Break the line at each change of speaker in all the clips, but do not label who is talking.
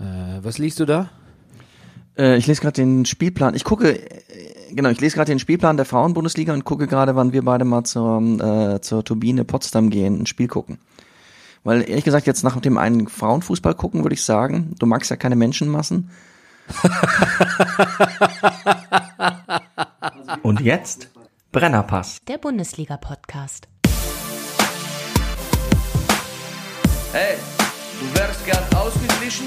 Äh, was liest du da?
Äh, ich lese gerade den Spielplan. Ich gucke, äh, genau, ich lese gerade den Spielplan der Frauenbundesliga und gucke gerade, wann wir beide mal zur, äh, zur Turbine Potsdam gehen, ein Spiel gucken. Weil ehrlich gesagt, jetzt nach dem einen Frauenfußball gucken, würde ich sagen, du magst ja keine Menschenmassen.
Und jetzt Brennerpass.
Der Bundesliga-Podcast.
Hey, du wärst gern ausgeglichen?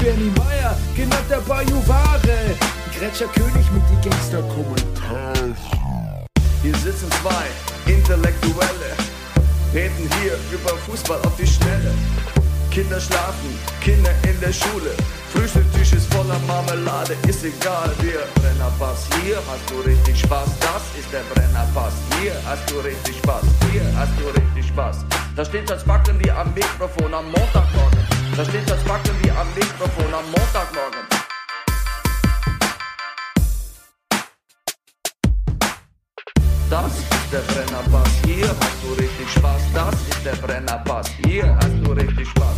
Benny Meyer, genannt der Bayou Ware. Gretscher König mit die Gangster-Kommentare.
Hier sitzen zwei Intellektuelle, reden hier über Fußball auf die Schnelle. Kinder schlafen, Kinder in der Schule. Frühstücktisch ist voller Marmelade, ist egal, wir Brennerpass, hier hast du richtig Spaß, das ist der Brennerpass, hier hast du richtig Spaß, hier hast du richtig Spaß. Da steht das Backen wie am Mikrofon am Montagmorgen, da steht das Backen wie am Mikrofon am Montagmorgen. Das ist der Brennerpass, hier hast du richtig Spaß. Das ist der Brennerpass, hier hast du richtig Spaß.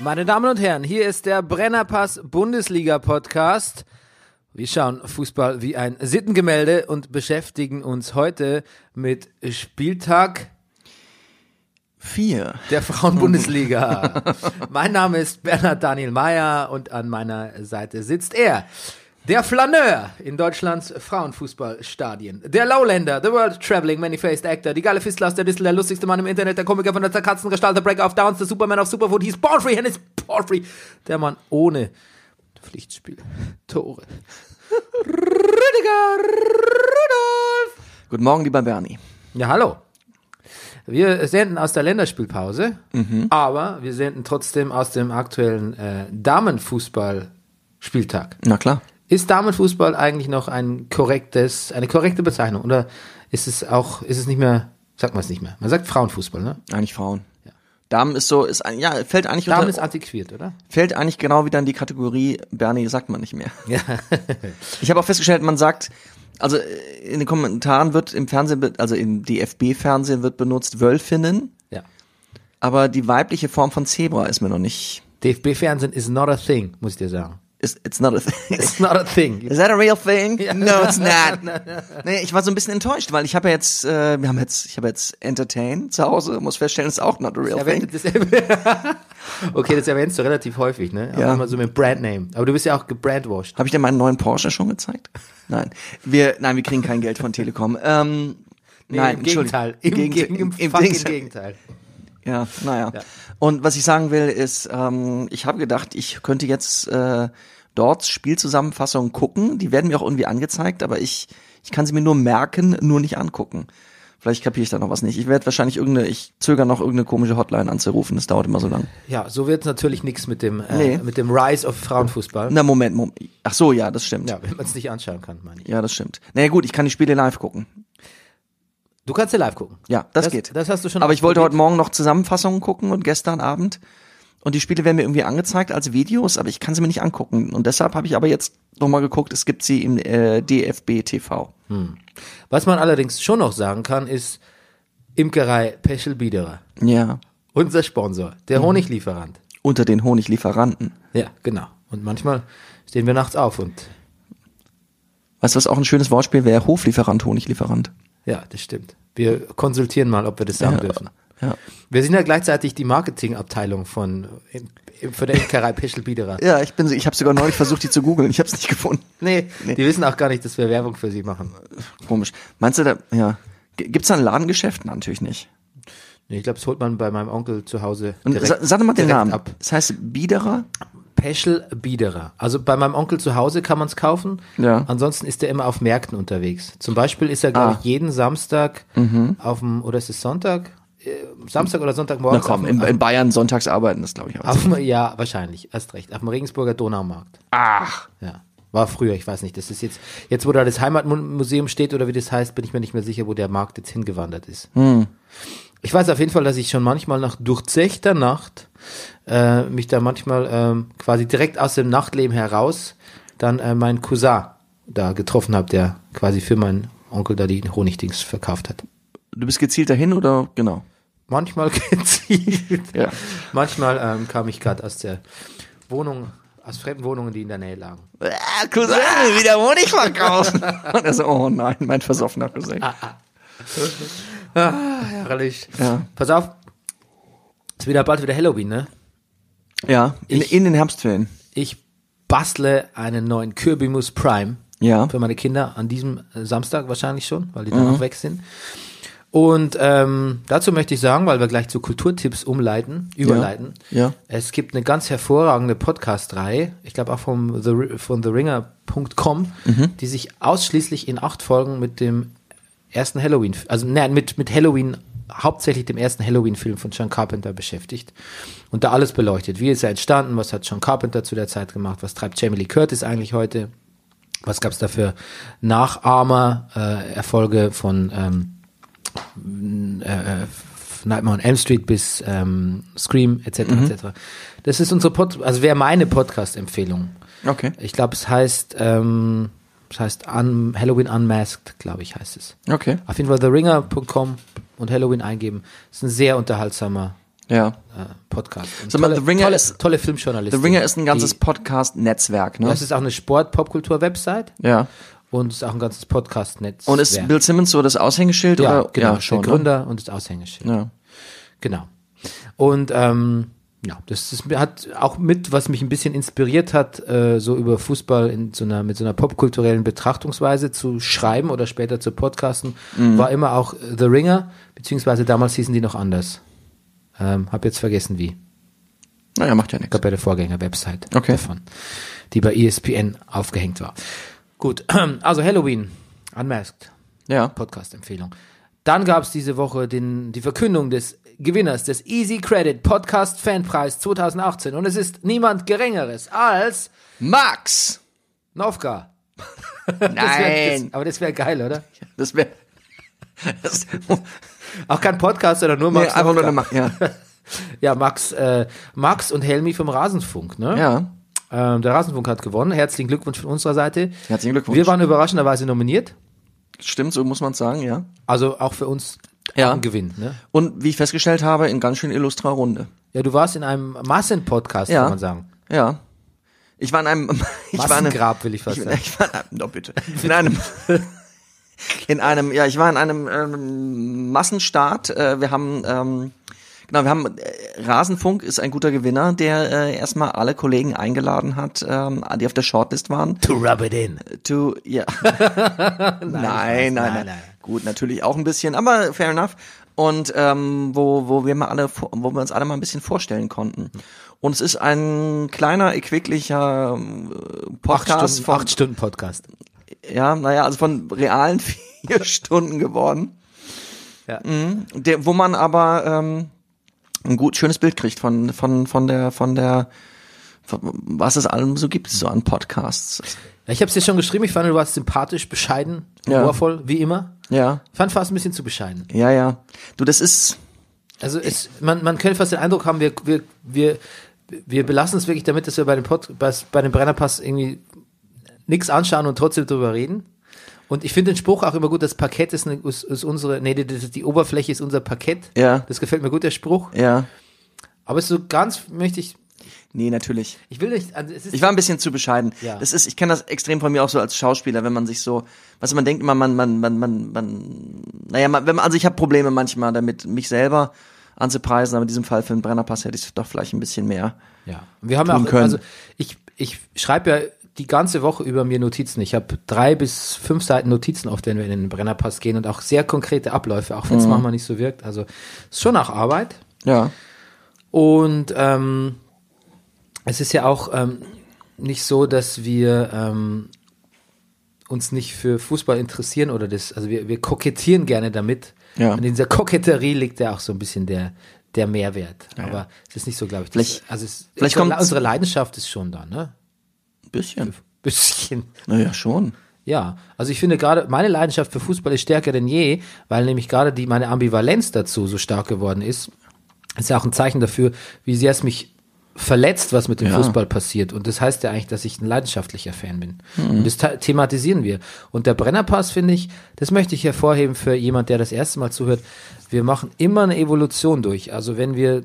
Meine Damen und Herren, hier ist der Brennerpass Bundesliga Podcast. Wir schauen Fußball wie ein Sittengemälde und beschäftigen uns heute mit Spieltag
Vier.
der Frauenbundesliga. mein Name ist Bernhard Daniel Mayer und an meiner Seite sitzt er. Der Flaneur in Deutschlands Frauenfußballstadien. Der Lowlander, the World Traveling Many-Faced Actor, die geile Fistel aus der Distel, der lustigste Mann im Internet, der Komiker von der Zerkatzengestalt, der Breaker of Downs, der Superman auf Superfoot, hieß Born Free, Hennis Born Free. Der Mann ohne Pflichtspiel, Tore. Rüdiger Rudolf!
Guten Morgen, lieber Bernie.
Ja, hallo. Wir senden aus der Länderspielpause, aber wir senden trotzdem aus dem aktuellen äh, Damenfußball-Spieltag.
Na klar.
Ist Damenfußball eigentlich noch ein korrektes, eine korrekte Bezeichnung oder ist es auch, ist es nicht mehr, sagt man es nicht mehr? Man sagt Frauenfußball, ne?
Eigentlich Frauen. Damen ist so, ist ein, ja, fällt eigentlich
Damen
unter,
ist antiquiert, oder?
fällt eigentlich genau wieder in die Kategorie, Bernie sagt man nicht mehr. Ich habe auch festgestellt, man sagt, also äh, in den Kommentaren wird im Fernsehen, be- also im DFB-Fernsehen wird benutzt Wölfinnen,
Ja.
aber die weibliche Form von Zebra ist mir noch nicht.
DFB-Fernsehen is not a thing, muss ich dir sagen.
Ist, it's not a thing.
It's not a thing.
Is that a real thing? No, it's not. nee, ich war so ein bisschen enttäuscht, weil ich habe ja jetzt, äh, wir haben jetzt, ich habe jetzt Entertain zu Hause, muss feststellen, it's auch not a real
Ja, wenn-
thing.
das- okay, das erwähnst du relativ häufig, ne? Auch
Ja.
immer so mit Brandname. Aber du bist ja auch gebrandwashed.
Habe ich dir meinen neuen Porsche schon gezeigt? Nein, wir, nein, wir kriegen kein Geld von Telekom. Ähm, nein,
im
Entschuldigung.
Gegenteil. Im,
Gegente-
Gegen- im, fucking
Gegenteil.
Gegenteil.
Ja, naja. Und was ich sagen will, ist, ähm, ich habe gedacht, ich könnte jetzt äh, dort Spielzusammenfassungen gucken. Die werden mir auch irgendwie angezeigt, aber ich, ich kann sie mir nur merken, nur nicht angucken. Vielleicht kapiere ich da noch was nicht. Ich werde wahrscheinlich irgendeine, ich zögere noch irgendeine komische Hotline anzurufen. Das dauert immer so lang.
Ja, so wird natürlich nichts mit dem äh,
Nee.
mit dem Rise of Frauenfußball.
Na, Moment, Moment. Ach so, ja, das stimmt. Ja,
Ja, wenn man es nicht anschauen kann, meine ich.
das stimmt. Naja, gut, ich kann die Spiele live gucken.
Du kannst ja live gucken.
Ja, das,
Das-
geht.
das hast du schon
Aber ich wollte
ausprobiert.
heute Morgen noch Zusammenfassungen gucken und gestern Abend. Und die Spiele werden mir irgendwie angezeigt als Videos, aber ich kann sie mir nicht angucken. Und deshalb habe ich aber jetzt nochmal geguckt, es gibt sie im äh, DFB TV.
Was man allerdings schon noch sagen kann, ist Imkerei Peschel Biederer,
Ja.
unser Sponsor, der Honiglieferant.
Unter den Honiglieferanten.
Ja, genau. Und manchmal stehen wir nachts auf und
Weißt du, was auch ein schönes Wortspiel wäre? Hoflieferant, Honiglieferant.
ja, das stimmt. Wir konsultieren mal, ob wir das sagen
Ja,
dürfen.
ja.
Wir sind ja gleichzeitig die Marketingabteilung von, von der Imkerei Peschel Biederer.
Ja, ich bin, so- ich habe sogar neulich versucht, die zu googeln. Ich habe es nicht gefunden.
Nee, die wissen auch gar nicht, dass wir Werbung für sie machen.
Komisch. Meinst du, da, ja. G- Gibt's da ein Ladengeschäft? Na, Natürlich nicht.
Nee, ich glaube, das holt man bei meinem Onkel zu Hause
Und
direkt,
sa sag doch mal den
direkt
Namen.
ab.
Das heißt Biederer.
Peschel Biederer. Also bei meinem Onkel zu Hause kann man es kaufen.
Ja.
Ansonsten ist er immer auf Märkten unterwegs. Zum Beispiel ist er, glaube
Ah.
ich, jeden Samstag auf dem, oder ist es Sonntag? äh, Samstag oder Sonntagmorgen.
Na komm, in, in Bayern sonntags arbeiten, das glaube ich auch.
auf, dem- ja, wahrscheinlich, hast recht. Auf dem Regensburger Donaumarkt.
Ach,
Ja. War früher, ich weiß nicht. Das ist jetzt, jetzt wo da das Heimatmuseum steht oder wie das heißt, bin ich mir nicht mehr sicher, wo der Markt jetzt hingewandert ist. Ich weiß auf jeden Fall, dass ich schon manchmal nach durchzechter Nacht äh, mich da manchmal ähm, quasi direkt aus dem Nachtleben heraus dann äh, meinen Cousin da getroffen habe, der quasi für meinen Onkel da die Honigdings verkauft hat.
du bist gezielt dahin oder genau?
Manchmal gezielt.
Ja.
Manchmal ähm, kam ich gerade aus der Wohnung, aus fremden Wohnungen, die in der Nähe lagen.
Ah, Cousin, wieder Honig verkaufen. Und er so, oh nein, mein versoffener Cousin.
Ah, Herrlich.
Ja.
Pass auf. Ist wieder bald wieder Halloween, ne?
Ja, in,
Ich-
in den Herbstferien.
Ich bastle einen neuen Kirbymus Prime
Ja. Mhm.
für meine Kinder an diesem äh, Samstag wahrscheinlich schon, weil die dann auch weg sind. Und ähm, dazu möchte ich sagen, weil wir gleich zu Kulturtipps umleiten, überleiten.
Ja.
Es gibt eine ganz hervorragende Podcast-Reihe, ich glaube auch vom The, von TheRinger.com, die sich ausschließlich in acht Folgen mit dem ersten Halloween, also nein, mit, mit Halloween, hauptsächlich dem ersten Halloween-Film von John Carpenter beschäftigt und da alles beleuchtet. Wie ist er entstanden? Was hat John Carpenter zu der Zeit gemacht? Was treibt Jamie Lee Curtis eigentlich heute? Was gab es da für Nachahmer, äh, Erfolge von ähm, äh, Nightmare on Elm Street bis ähm, Scream etc.
Mhm.
etc. Das ist unsere Pod also wäre meine Podcast-Empfehlung.
Okay.
Ich glaube, es heißt ähm, es heißt un Halloween Unmasked, glaube ich, heißt es.
Okay.
Auf jeden Fall TheRinger.com und Halloween eingeben. Ist ein sehr unterhaltsamer
Ja.
äh, Podcast. Und
Sag mal, The Ringer
tolle,
ist-
tolle Filmjournalistin.
The Ringer ist ein ganzes
Die,
Podcast-Netzwerk, ne?
das ist auch eine Sport-Popkultur-Website
ja.
und ist auch ein ganzes Podcast-Netz.
Und ist Bill Simmons so das Aushängeschild?
ja,
oder?
genau,
ja, schon.
der Gründer und das Aushängeschild.
Ne?
Genau. Und ähm, ja, das ist, hat auch mit, was mich ein bisschen inspiriert hat, äh, so über Fußball in so einer, mit so einer popkulturellen Betrachtungsweise zu schreiben oder später zu podcasten, war immer auch äh, The Ringer, beziehungsweise damals hießen die noch anders. Ähm, hab jetzt vergessen wie.
Ja. Naja, macht ja nichts.
Gab ja der Vorgänger-Website
Okay.
davon, die bei E ESPN aufgehängt war. Gut, also Halloween, Unmasked.
Ja.
Podcast-Empfehlung. Dann gab es diese Woche den, die Verkündung des Gewinners des Easy Credit Podcast Fanpreis 2018 und es ist niemand Geringeres als
Max!
Novka. Das wär, das,
Nein!
aber das wäre geil, oder?
Das wäre. Das,
Auch kein Podcast, sondern nur
nee,
Max.
einfach nur
Nowka.
eine Max. Ja.
Ja, Max, äh, Max und Helmi vom Rasenfunk, ne?
ja.
Ähm, der Rasenfunk hat gewonnen. Herzlichen Glückwunsch von unserer Seite.
Herzlichen Glückwunsch.
Wir waren überraschenderweise nominiert.
Stimmt, so muss man sagen, ja.
Also auch für uns
Ja.
ein Gewinn, ne?
Und wie ich festgestellt habe, in ganz schön illustrer Runde.
Ja, du warst in einem Massenpodcast,
Ja.
kann man sagen.
Ja. Ich war in einem. Ich war in einem
Massengrab, will ich fast
ich,
sagen.
ich war in einem, no, bitte. In einem. In einem, ja, ich war in einem ähm, Massenstart. Äh, wir haben, ähm, genau, wir haben äh, Rasenfunk ist ein guter Gewinner, der äh, erstmal alle Kollegen eingeladen hat, ähm, die auf der Shortlist waren.
To rub it in.
To, ja. nein, nein, nein,
nein.
Gut, natürlich auch ein bisschen, aber fair enough. Und ähm, wo, wo wir mal alle, vor- wo wir uns alle mal ein bisschen vorstellen konnten. Und es ist ein kleiner, erquicklicher ähm,
Acht
Podcast
Stunden,
von,
acht Stunden Podcast.
ja, naja, also von realen vier Stunden geworden.
Ja.
Mhm, der, wo man aber ähm, ein gut schönes Bild kriegt von von von der von der von, was es allem so gibt so an Podcasts.
Ja, Ich habe es dir schon geschrieben, ich fand, du warst sympathisch, bescheiden,
Ja.
humorvoll, wie immer.
Ja,
Ich fand fast ein bisschen zu bescheiden.
ja, ja. Du, das ist
Also es, man, man könnte fast den Eindruck haben, wir, wir, wir, wir belassen es wirklich damit, dass wir bei dem, Pod, bei, bei dem Brennerpass irgendwie nichts anschauen und trotzdem drüber reden. Und ich finde den Spruch auch immer gut, das Parkett ist, eine, ist, ist unsere, nee, die, die, die Oberfläche ist unser Parkett.
Ja.
Das gefällt mir gut, der Spruch.
ja,
Aber es ist so ganz, möchte ich,
nee, natürlich.
ich will nicht, also es ist,
Ich war ein bisschen zu bescheiden.
Ja.
Das ist, ich kenne das extrem von mir auch so als Schauspieler, wenn man sich so, was man denkt immer, man, man, man, man, man, naja, man, wenn man, also ich habe Probleme manchmal damit, mich selber anzupreisen, aber in diesem Fall für einen Brennerpass hätte ich es doch vielleicht ein bisschen mehr.
Ja, und wir haben ja
tun
auch,
können.
also ich, ich schreibe ja die ganze Woche über mir Notizen. Ich habe drei bis fünf Seiten Notizen oft, wenn wir in den Brennerpass gehen und auch sehr konkrete Abläufe, auch
Mhm.
wenn es manchmal nicht so wirkt. Also ist schon auch Arbeit.
Ja.
Und ähm, es ist ja auch ähm, nicht so, dass wir ähm, uns nicht für Fußball interessieren oder das, also wir, wir kokettieren gerne damit,
Ja.
Und in dieser Koketterie liegt ja auch so ein bisschen der, der Mehrwert. Aber es ist nicht so, glaube ich. das-
Vielleicht-
also es,
vielleicht
unsere-
kommt's-
unsere Leidenschaft ist schon da, ne?
Ein bisschen.
Bisschen.
Naja, schon.
Ja, also ich finde gerade, meine Leidenschaft für Fußball ist stärker denn je, weil nämlich gerade die, meine Ambivalenz dazu so stark geworden ist. Ist ja auch ein Zeichen dafür, wie sehr es mich verletzt, was mit dem Fußball passiert. Und das heißt ja eigentlich, dass ich ein leidenschaftlicher Fan bin. Und das te- thematisieren wir. Und der Brennerpass, finde ich, das möchte ich hervorheben für jemand, der das erste Mal zuhört. Wir machen immer eine Evolution durch. Also wenn wir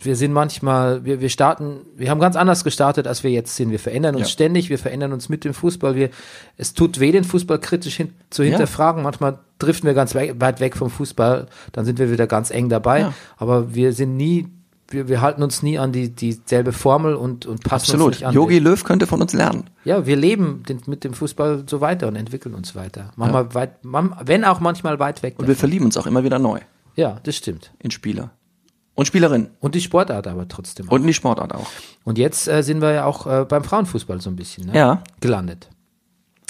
wir sind manchmal, wir, wir starten, wir haben ganz anders gestartet, als wir jetzt sind. Wir verändern uns
Ja.
ständig, wir verändern uns mit dem Fußball. Wir, es tut weh, den Fußball kritisch hin, zu hinterfragen. Manchmal driften wir ganz wei- weit weg vom Fußball, dann sind wir wieder ganz eng dabei.
Ja.
Aber wir sind nie, wir, wir halten uns nie an die dieselbe Formel und, und passen uns
Absolut.
nicht an.
Yogi Löw könnte von uns lernen.
Ja, wir leben den, mit dem Fußball so weiter und entwickeln uns weiter. Manchmal weit, man, wenn auch manchmal weit weg.
Und wir verlieben uns auch immer wieder neu
Ja, das stimmt.
in Spieler. Und Spielerinnen.
Und die Sportart aber trotzdem.
Und in die Sportart auch.
Und jetzt äh, sind wir ja auch äh, beim Frauenfußball so ein bisschen ne?
Ja.
gelandet.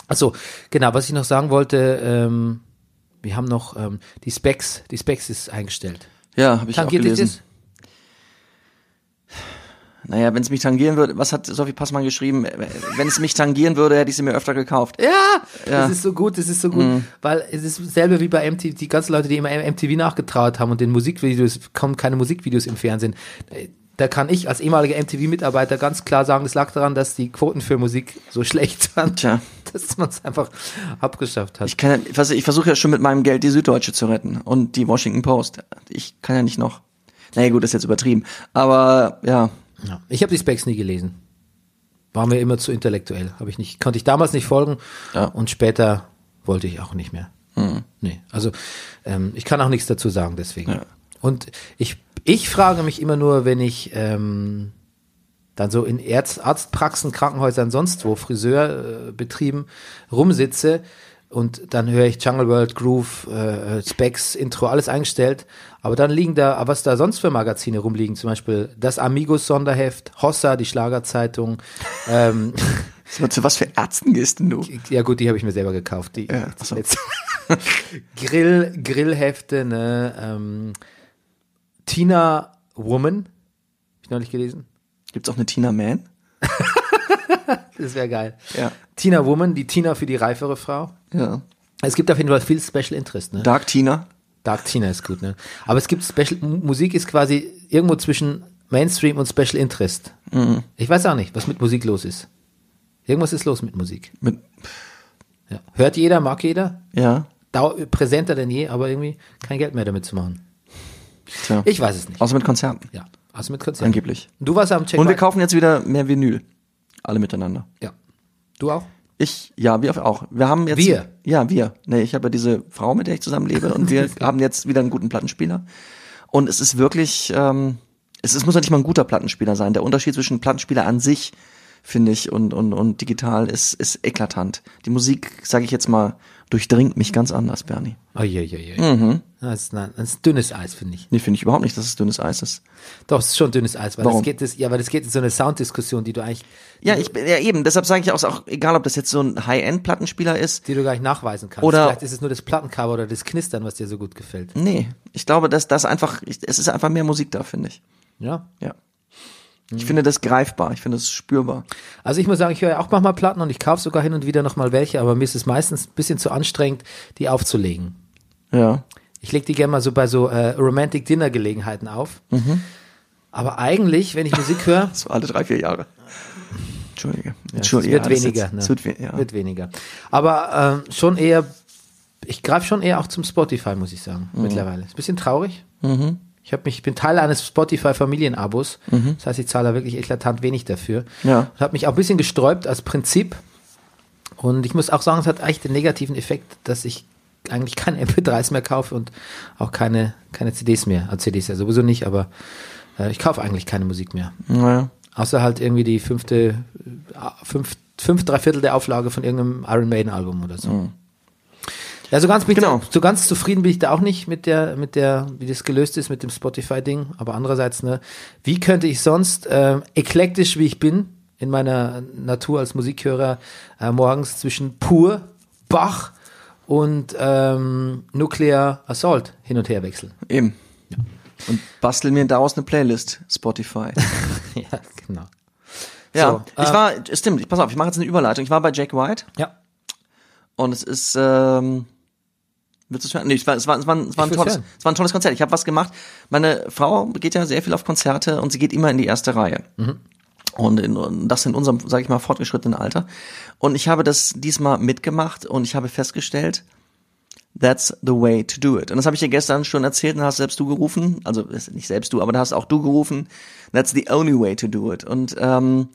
Also genau, was ich noch sagen wollte, ähm, wir haben noch ähm, die Specs, die Specs ist eingestellt.
Ja, habe ich auch
Tangiert dich
gelesen.
das?
Naja, wenn es mich tangieren würde, was hat Sophie Passmann geschrieben? Äh, Wenn es mich tangieren würde, hätte ich sie mir öfter gekauft.
Ja, das ist so gut, das ist so gut,
Mhm.
weil es ist dasselbe wie bei MTV, die ganzen Leute, die immer MTV nachgetraut haben und den Musikvideos, kommen keine Musikvideos im Fernsehen. Äh, Da kann ich als ehemaliger MTV-Mitarbeiter ganz klar sagen, das lag daran, dass die Quoten für Musik so schlecht waren,
Tja.
dass man es einfach abgeschafft hat.
Ich kann, ja- was, ich versuche ja schon mit meinem Geld die Süddeutsche zu retten und die Washington Post. Ich kann ja nicht noch. Naja, gut, das ist jetzt übertrieben. Aber ja,
Ja. Ich habe die Specs nie gelesen. War mir immer zu intellektuell. Hab ich nicht, konnte ich damals nicht folgen
Ja.
und später wollte ich auch nicht mehr. Nee, also ähm, ich kann auch nichts dazu sagen deswegen. Und ich, ich frage mich immer nur, wenn ich ähm, dann so in Ärz- Arztpraxen, Krankenhäusern, sonst wo, Friseurbetrieben rumsitze und dann höre ich Jungle World, Groove, äh, Specs, Intro, alles eingestellt. Aber dann liegen da, was da sonst für Magazine rumliegen, zum Beispiel das Amigos Sonderheft, Hossa, die Schlagerzeitung. ähm,
zu, zu was für Ärzten gehst denn du?
ja gut, die habe ich mir selber gekauft. Die
Ja, ach so.
zuletzt. Grill, Grillhefte, ne? Ähm, Tina Woman, habe ich neulich gelesen.
Gibt's auch eine Tina Man?
Das wäre geil.
Ja.
Tina Woman, die Tina für die reifere Frau.
Ja.
Es gibt auf jeden Fall viel Special Interest, ne?
Dark Tina?
Dark Tina ist gut, ne? Aber es gibt Special, M- Musik ist quasi irgendwo zwischen Mainstream und Special Interest.
Mhm.
Ich weiß auch nicht, was mit Musik los ist. Irgendwas ist los mit Musik.
Mit,
Ja. Hört jeder, mag jeder,
ja.
dau präsenter denn je, aber irgendwie kein Geld mehr damit zu machen.
Tja.
Ich weiß es nicht.
Außer mit Konzerten.
Ja, also mit Konzerten.
Angeblich.
Du warst am Check.
Und wir kaufen jetzt wieder mehr Vinyl. Alle miteinander.
ja. Du auch?
Ich, ja, wir auch. Wir haben jetzt.
Wir?
Ja, wir. Nee, ich habe ja diese Frau, mit der ich zusammenlebe und wir haben jetzt wieder einen guten Plattenspieler. Und es ist wirklich, ähm, es, es muss ja nicht mal ein guter Plattenspieler sein. Der Unterschied zwischen Plattenspieler an sich, finde ich, und, und, und digital ist, ist eklatant. Die Musik, sage ich jetzt mal, durchdringt mich ganz anders, Bernie.
Oh, je, je, je. Mhm. Das, ist, ein- das ist dünnes Eis, finde ich.
Nee, finde ich überhaupt nicht, dass es dünnes Eis ist.
Doch, es ist schon dünnes Eis, weil
Warum?
das geht das, ja, weil das geht in so eine Sounddiskussion, die du eigentlich,
Ja, ich bin, ja eben, deshalb sage ich auch, auch, egal ob das jetzt so ein High-End-Plattenspieler ist,
die du gar nicht nachweisen kannst.
Oder-
Vielleicht ist es nur das Plattencover oder das Knistern, was dir so gut gefällt.
nee, ich glaube, dass das einfach, ich, es ist einfach mehr Musik da, finde ich.
Ja.
Ja. Ich finde das greifbar, ich finde das spürbar.
Also ich muss sagen, ich höre ja auch manchmal Platten und ich kaufe sogar hin und wieder nochmal welche, aber mir ist es meistens ein bisschen zu anstrengend, die aufzulegen.
Ja.
Ich lege die gerne mal so bei so äh, Romantic Dinner Gelegenheiten auf. Aber eigentlich, wenn ich Musik höre,
So alle drei, vier Jahre. Entschuldige.
es
Entschuldige.
wird
alles
weniger.
jetzt-
Ne?
Es wird, we- ja.
wird weniger. Aber ähm, schon eher, ich greife schon eher auch zum Spotify, muss ich sagen,
Mhm.
mittlerweile. Ist ein bisschen traurig. Ich, hab mich, ich bin Teil eines Spotify-Familienabos. Das heißt, ich zahle da wirklich eklatant wenig dafür.
Mhm. Ja.
Und habe mich auch ein bisschen gesträubt als Prinzip. Und ich muss auch sagen, es hat eigentlich den negativen Effekt, dass ich eigentlich keine MP3s mehr kaufe und auch keine, keine CDs mehr. Also CDs ja sowieso nicht, aber äh, ich kaufe eigentlich keine Musik mehr.
Naja.
Außer halt irgendwie die fünfte, äh, fünf, fünf, drei Viertel der Auflage von irgendeinem Iron Maiden Album oder so. Ja, so ganz, bin ich
Mhm. Genau.
da, so ganz zufrieden bin ich da auch nicht mit der, mit der, wie das gelöst ist mit dem Spotify-Ding. Aber andererseits, ne, wie könnte ich sonst, ähm, eklektisch wie ich bin, in meiner Natur als Musikhörer, äh, morgens zwischen Pur, Bach und ähm, Nuclear Assault hin und her wechseln.
Eben. Und bastel mir daraus eine Playlist, Spotify.
ja, genau.
ja,
So,
ich
ähm,
war, stimmt, ich- pass auf, ich mache jetzt eine Überleitung. Ich war bei Jack White
Ja.
und es ist, ähm, willst du es hören? Nee, es war, es war, es war, ein- es war, ein,
will's
tolles,
hören.
es war ein tolles Konzert. Ich habe was gemacht. Meine Frau geht ja sehr viel auf Konzerte und sie geht immer in die erste Reihe.
Mhm.
Und, in, und das in unserem, sage ich mal, fortgeschrittenen Alter. Und ich habe das diesmal mitgemacht und ich habe festgestellt, That's the way to do it. Und das habe ich dir gestern schon erzählt und hast selbst du gerufen. Also ist nicht selbst du, aber da hast auch du gerufen. That's the only way to do it. Und ähm,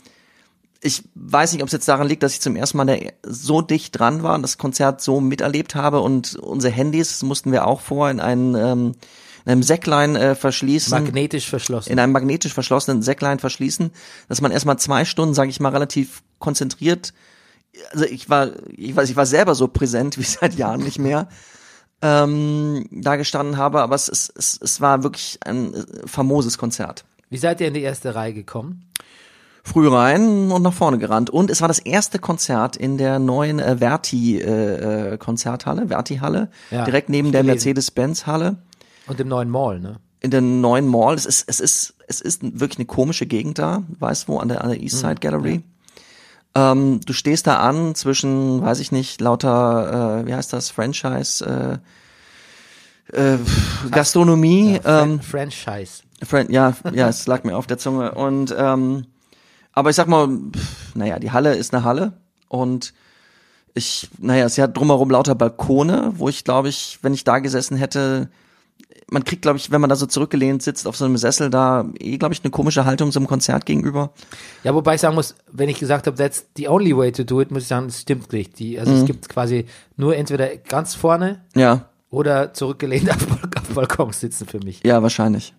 ich weiß nicht, ob es jetzt daran liegt, dass ich zum ersten Mal da so dicht dran war und das Konzert so miterlebt habe und unsere Handys mussten wir auch vor in einen ähm, in einem Säcklein äh, verschließen
Magnetisch verschlossen.
in einem magnetisch verschlossenen Säcklein verschließen, dass man erstmal zwei Stunden, sage ich mal, relativ konzentriert, also ich war, ich weiß, ich war selber so präsent wie seit Jahren nicht mehr, ähm, da gestanden habe, aber es, es, es, es war wirklich ein äh, famoses Konzert.
Wie seid ihr in die erste Reihe gekommen?
Früh rein und nach vorne gerannt. Und es war das erste Konzert in der neuen äh, Verti-Konzerthalle, äh, Konzerthalle, Verti-Halle,
Ja,
direkt neben
hab
der
ich gelesen.
Mercedes-Benz-Halle.
Und im neuen Mall, ne?
in der neuen Mall. Es ist, es ist, es ist wirklich eine komische Gegend da, weißt wo, an der, an der East Side Gallery. Ähm, du stehst da an zwischen, weiß ich nicht, lauter, äh, wie heißt das, Franchise, äh, äh, Gastronomie, ähm,
Fran Franchise.
Friend, ja, ja, es lag mir auf der Zunge. Und ähm, aber ich sag mal, pff, naja, die Halle ist eine Halle und ich, naja, sie hat drumherum lauter Balkone, wo ich glaube ich, wenn ich da gesessen hätte, man kriegt glaube ich, wenn man da so zurückgelehnt sitzt auf so einem Sessel, da eh glaube ich eine komische Haltung so einem Konzert gegenüber.
Ja, wobei ich sagen muss, wenn ich gesagt habe, that's the only way to do it, muss ich sagen, das stimmt nicht. Die, also
Mhm.
es gibt quasi nur entweder ganz vorne
Ja,
oder zurückgelehnt auf, Bal- auf Balkon sitzen für mich.
ja, wahrscheinlich.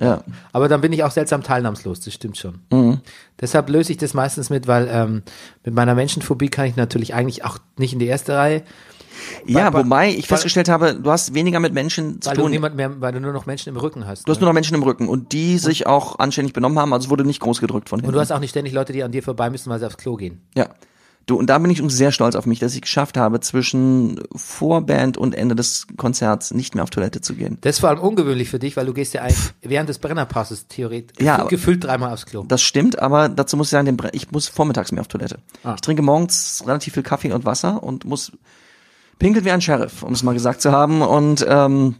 Ja,
Aber dann bin ich auch seltsam teilnahmslos, das stimmt schon.
Mhm.
Deshalb löse ich das meistens mit, weil ähm, mit meiner Menschenphobie kann ich natürlich eigentlich auch nicht in die erste Reihe,
ja,
Weil-
wobei ich
weil-
festgestellt habe, du hast weniger mit Menschen zu
weil du
tun.
niemand mehr, weil du nur noch Menschen im Rücken hast. ne?
Du hast nur noch Menschen im Rücken und die sich auch anständig benommen haben, also wurde nicht groß gedrückt von hinten.
und du hast auch nicht ständig Leute, die an dir vorbei müssen, weil sie aufs Klo gehen.
Ja. Du, und da bin ich übrigens sehr stolz auf mich, dass ich geschafft habe, zwischen Vorband und Ende des Konzerts nicht mehr auf Toilette zu gehen.
Das ist vor allem ungewöhnlich für dich, weil du gehst ja eigentlich während des Brennerpasses theoretisch
Ja,
gefü-
aber-
gefühlt dreimal aufs Klo.
Das stimmt, aber dazu muss ich sagen, den Bre- ich muss vormittags mehr auf Toilette.
Ah.
Ich trinke morgens relativ viel Kaffee und Wasser und muss pinkeln wie ein Sheriff, um es mal gesagt zu haben. Und ähm,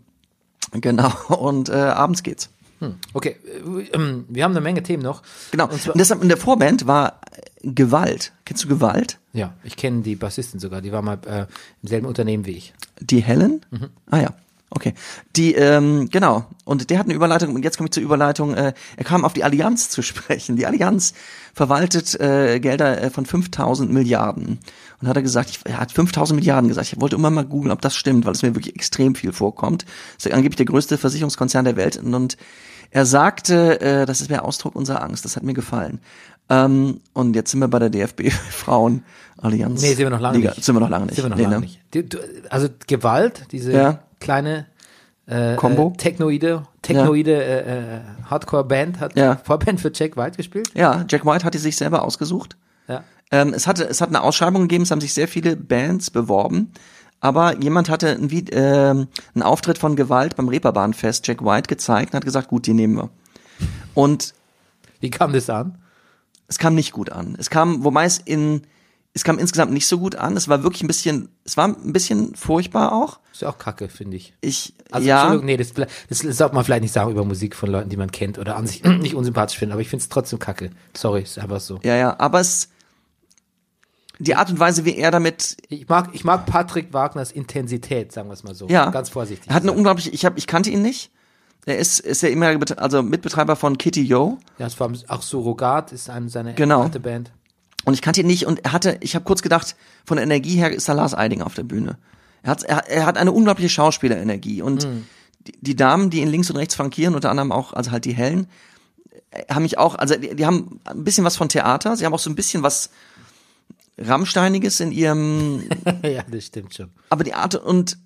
genau, und äh, abends geht's.
Okay, äh, ähm, wir haben eine Menge Themen noch.
Genau. Und, deshalb in der Vorband war Gewalt. Kennst du Gewalt?
Ja, ich kenne die Bassistin sogar, die war mal äh, im selben Unternehmen wie ich.
Die Helen?
Mhm.
Ah ja. Okay. Die, ähm, genau. Und der hat eine Überleitung, und jetzt komme ich zur Überleitung, äh, er kam auf die Allianz zu sprechen. Die Allianz verwaltet äh, Gelder äh, von 5000 Milliarden. Und hat er gesagt, ich, er hat 5000 Milliarden gesagt. Ich wollte immer mal googeln, ob das stimmt, weil es mir wirklich extrem viel vorkommt. Das ist angeblich der größte Versicherungskonzern der Welt. Und, und er sagte, äh, das ist der Ausdruck unserer Angst. Das hat mir gefallen. Ähm, und jetzt sind wir bei der DFB Frauen Allianz.
Nee, sind wir noch lange nicht.
Sind wir noch lange nicht.
Sind wir noch
Nee,
lange
ne?
nicht. Die, du, also Gewalt, diese
Ja.
kleine äh,
Combo?
äh, technoide, technoide äh, äh, Hardcore-Band hat
Ja.
Vorband für Jack White gespielt.
Ja, Jack White hat die sich selber ausgesucht.
Ja.
Ähm, es, hatte, es hat eine Ausschreibung gegeben, es haben sich sehr viele Bands beworben. Aber jemand hatte ein, Vid- ähm, einen Auftritt von Gewalt beim Reeperbahnfest Jack White gezeigt und hat gesagt, gut, die nehmen wir. Und
Wie kam das an?
es kam nicht gut an. Es kam, wobei es in, es kam insgesamt nicht so gut an. Es war wirklich ein bisschen, es war ein bisschen furchtbar auch.
Ist ja auch kacke, finde ich.
Ich,
Also,
ja,
Entschuldigung, nee, das, ble- das sollte man vielleicht nicht sagen über Musik von Leuten, die man kennt oder an sich nicht unsympathisch finden, aber ich finde es trotzdem kacke. Sorry, ist einfach so.
ja, ja, aber es, die Art und Weise, wie er damit
Ich mag, ich mag Patrick Wagners Intensität, sagen wir es mal so.
Ja.
Ganz vorsichtig.
Er hat eine
gesagt.
unglaubliche, ich, hab, ich kannte ihn nicht. Er ist, ist ja immer, also Mitbetreiber von Kitty Yo.
ja, ist vor allem auch Surrogat ist eine seiner
Genau.
alte Band.
Und ich kannte ihn nicht und er hatte, ich habe kurz gedacht, von der Energie her ist da Lars Eidinger auf der Bühne. Er hat, er, er hat eine unglaubliche Schauspielerenergie und
Mhm.
die, die Damen, die ihn links und rechts flankieren, unter anderem auch, also halt die Hellen, äh, haben mich auch, also die, die haben ein bisschen was von Theater, sie haben auch so ein bisschen was Rammsteiniges in ihrem,
ja, das stimmt schon.
aber die Art und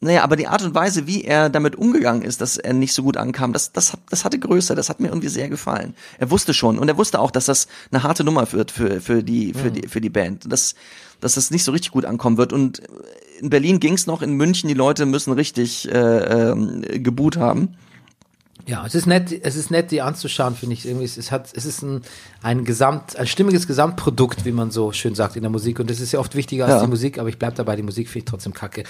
Naja, aber die Art und Weise, wie er damit umgegangen ist, dass er nicht so gut ankam, das, das, hat, das hatte Größe, das hat mir irgendwie sehr gefallen. Er wusste schon und er wusste auch, dass das eine harte Nummer wird für, für, die,
Mhm.
für, die, für die Band, dass, dass das nicht so richtig gut ankommen wird. Und in Berlin ging's noch, in München, die Leute müssen richtig äh, ähm, geboot haben.
Ja, es ist nett, es ist nett, die anzuschauen, finde ich. Irgendwie, es, es hat, es ist ein, ein Gesamt, ein stimmiges Gesamtprodukt, wie man so schön sagt in der Musik. Und das ist ja oft wichtiger als
Ja.
die Musik, aber ich bleibe dabei, die Musik finde ich trotzdem kacke.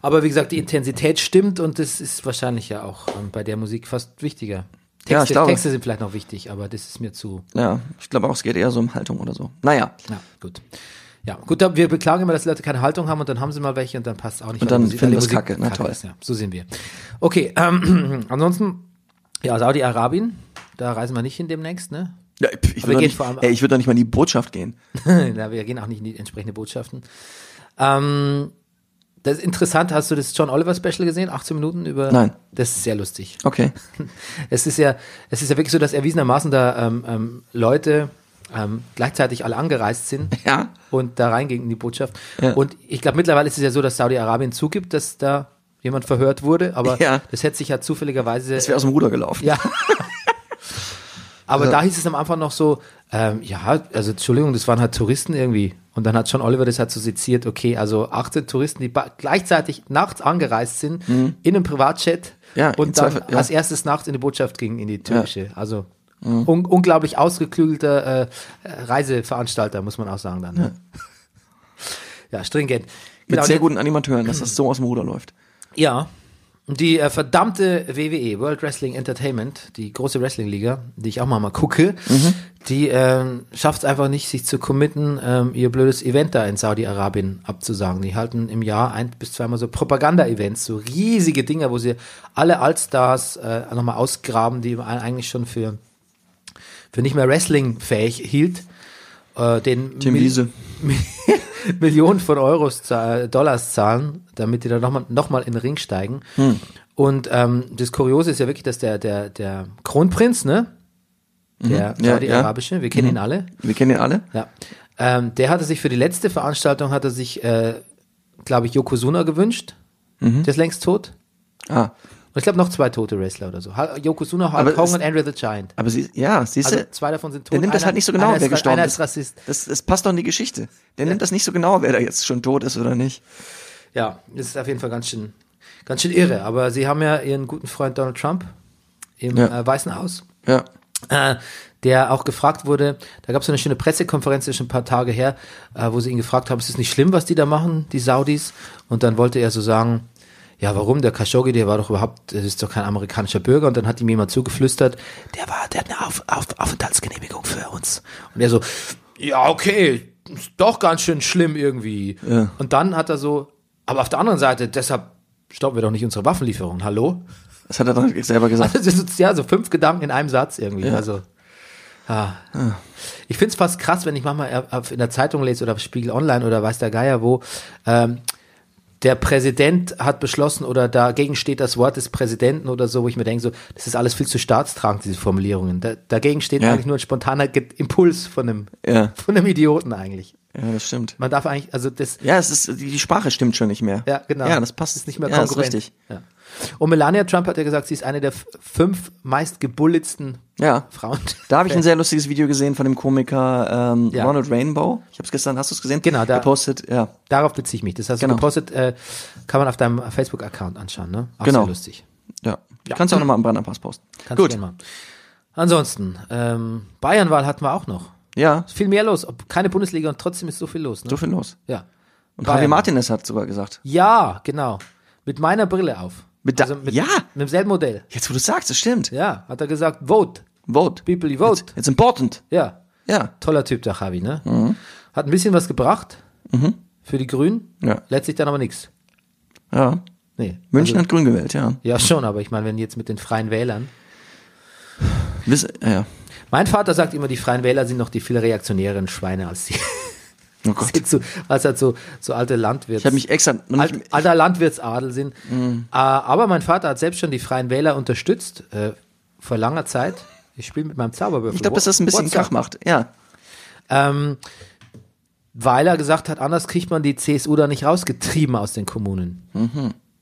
Aber wie gesagt, die Intensität stimmt und das ist wahrscheinlich ja auch ähm, bei der Musik fast wichtiger. Texte,
Ja, ich glaube.
Texte sind vielleicht noch wichtig, aber das ist mir zu.
Ja, ich glaube auch, es geht eher so um Haltung oder so. Naja,
Ja, gut. Ja, gut, da- wir beklagen immer, dass Leute keine Haltung haben und dann haben sie mal welche und dann passt auch nicht.
Und
weil die
dann
Musik-
finden
weil die
wir's
Musik
kacke. Na toll.
ist, Ja, so sehen wir. Okay, ähm, ansonsten, ja, Saudi-Arabien, da reisen wir nicht hin demnächst, ne?
ja, pf, ich
Aber
würde
geht
doch
vor allem-
nicht, ey, ich würd doch nicht mal in die Botschaft gehen.
Na, wir gehen auch nicht in die entsprechende Botschaften. Ähm, das ist interessant, hast du das John Oliver Special gesehen? 18 Minuten über.
Nein.
Das ist sehr lustig.
Okay.
Es ist ja, es ist ja wirklich so, dass erwiesenermaßen da ähm, ähm, Leute ähm, gleichzeitig alle angereist sind
Ja.
und da reingingen in die Botschaft.
Ja.
Und ich glaube, mittlerweile ist es ja so, dass Saudi-Arabien zugibt, dass da jemand verhört wurde, aber
Ja.
das hätte sich ja zufälligerweise.
Das wäre aus dem Ruder gelaufen.
Ja. Aber
Also
da hieß es am Anfang noch so, ähm, ja, also Entschuldigung, das waren halt Touristen irgendwie. Und dann hat John Oliver das halt so seziert, okay, also 18 Touristen, die ba- gleichzeitig nachts angereist sind, in einem Privatchat
Mhm. Ja, im
und dann
Zweifel, ja.
als erstes nachts in die Botschaft gingen, in die türkische. Also
Mhm.
un unglaublich ausgeklügelter äh, Reiseveranstalter, muss man auch sagen dann. ne? Ja, stringent.
Mit
Genau,
sehr
die-
guten Animateuren, dass das so aus dem Ruder läuft.
ja. Und Die äh, verdammte WWE, World Wrestling Entertainment, die große Wrestling-Liga, die ich auch mal mal gucke, die ähm, schafft es einfach nicht, sich zu committen, ähm, ihr blödes Event da in Saudi-Arabien abzusagen. Die halten im Jahr ein bis zweimal so Propaganda-Events, so riesige Dinger, wo sie alle Allstars äh, nochmal ausgraben, die man eigentlich schon für, für nicht mehr Wrestling-fähig hielt. Äh, den
Tim
Mil-
Wiese.
Millionen von Euros, zahl- Dollars zahlen, damit die da nochmal noch mal in den Ring steigen.
Hm.
Und ähm, das Kuriose ist ja wirklich, dass der, der, der Kronprinz, ne? Der
Mhm. ja, Mhm.
Saudi-Arabische, wir kennen ihn alle.
Wir kennen ihn alle.
Ja. Ähm, der hatte sich für die letzte Veranstaltung, hatte sich, äh, glaube ich, Yokozuna gewünscht.
Mhm.
Der ist längst tot.
Ah,
Und ich glaube noch zwei tote Wrestler oder so. Ha- Yokozuna,
Aber
Hulk Hogan
es-
und Andrew the Giant.
aber sie, ja, siehst du,
Also zwei davon sind tot.
der nimmt das
einer-
halt nicht so genau,
einer
wer
ist, Ra-
gestorben
Einer
ist.
ist Rassist.
Das, das passt doch in die Geschichte. Der nimmt das nicht so genau, wer da jetzt schon tot ist oder nicht.
Ja, das ist auf jeden Fall ganz schön, ganz schön irre. Aber sie haben ja ihren guten Freund Donald Trump im
Ja.
äh, Weißen Haus,
Ja.
äh, der auch gefragt wurde, da gab es so eine schöne Pressekonferenz ist schon ein paar Tage her, äh, wo sie ihn gefragt haben, ist es nicht schlimm, was die da machen, die Saudis? Und dann wollte er so sagen, ja, warum? Der Khashoggi, der war doch überhaupt, das ist doch kein amerikanischer Bürger. Und dann hat ihm jemand zugeflüstert, der war, der hat eine auf, auf, Aufenthaltsgenehmigung für uns. Und er so, ja, okay, ist doch ganz schön schlimm irgendwie. Und dann hat er so, aber auf der anderen Seite, deshalb stoppen wir doch nicht unsere Waffenlieferung. Hallo?
Das hat er dann selber gesagt.
Also, Das ist so- ja so fünf Gedanken in einem Satz irgendwie. Also, ah. Ich find's fast krass, wenn ich manchmal auf- auf- in der Zeitung lese oder auf Spiegel Online oder weiß der Geier wo, ähm, der Präsident hat beschlossen oder dagegen steht das Wort des Präsidenten oder so, wo ich mir denke, so, das ist alles viel zu staatstragend, diese Formulierungen. Da, dagegen steht
Ja.
eigentlich nur ein spontaner Ge Impuls von einem,
Ja.
von einem Idioten eigentlich.
Ja, das stimmt.
Man darf eigentlich, also das,
Ja, es ist, die die Sprache stimmt schon nicht mehr.
ja, genau.
Ja, das passt.
Ist nicht mehr
ja, das ist
konkurrent.
richtig.
Ja. Und Melania Trump hat ja gesagt, sie ist eine der f- fünf meist gebulletsten
Ja.
Frauen.
Da habe ich ein sehr lustiges Video gesehen von dem Komiker ähm,
Ja.
Ronald Rainbow. Ich habe es gestern, hast du es gesehen?
Genau, da-
gepostet. Ja,
Darauf beziehe ich mich. Das hast
Genau.
du gepostet, äh, kann man auf deinem Facebook-Account anschauen, ne? Auch
Genau.
Sehr lustig.
ja. Kannst du auch nochmal am Brennerpass posten.
Kannst
Gut.
du gerne machen. Ansonsten, ähm, Bayernwahl hatten wir auch noch.
Ja,
Ist viel mehr los. Ob, keine Bundesliga und trotzdem ist so viel los, ne?
so viel los.
ja.
Und
Bayern.
Javier Martinez hat sogar gesagt.
Ja, genau. Mit meiner Brille auf. Also
Mit da-
mit,
ja.
mit demselben Modell.
Jetzt, wo du sagst, das stimmt.
Ja, hat er gesagt, vote.
Vote.
People, you vote.
It's important.
Ja.
Ja.
Toller Typ, der Javi, ne?
Mhm.
Hat ein bisschen was gebracht für die Grünen.
Ja.
Letztlich dann aber nichts.
Ja.
Nee.
München
Also,
hat grün gewählt, ja.
ja, schon, aber ich meine, wenn jetzt mit den Freien Wählern.
Wiss, ja.
Mein Vater sagt immer, die Freien Wähler sind noch die viel reaktionären Schweine als die.
Oh Gott.
Sind so, als halt so, so alte Landwirts.
Ich habe mich extra noch nicht, Mhm.
Alt, alter Landwirtsadel sind. Äh, aber mein Vater hat selbst schon die Freien Wähler unterstützt äh, vor langer Zeit. Ich spiele mit meinem Zauberwürfel.
Ich glaube, dass das ein bisschen
What's up?
Krach macht. Ja.
Ähm,
Mhm.
weil er gesagt hat, anders kriegt man die CSU da nicht rausgetrieben aus den Kommunen.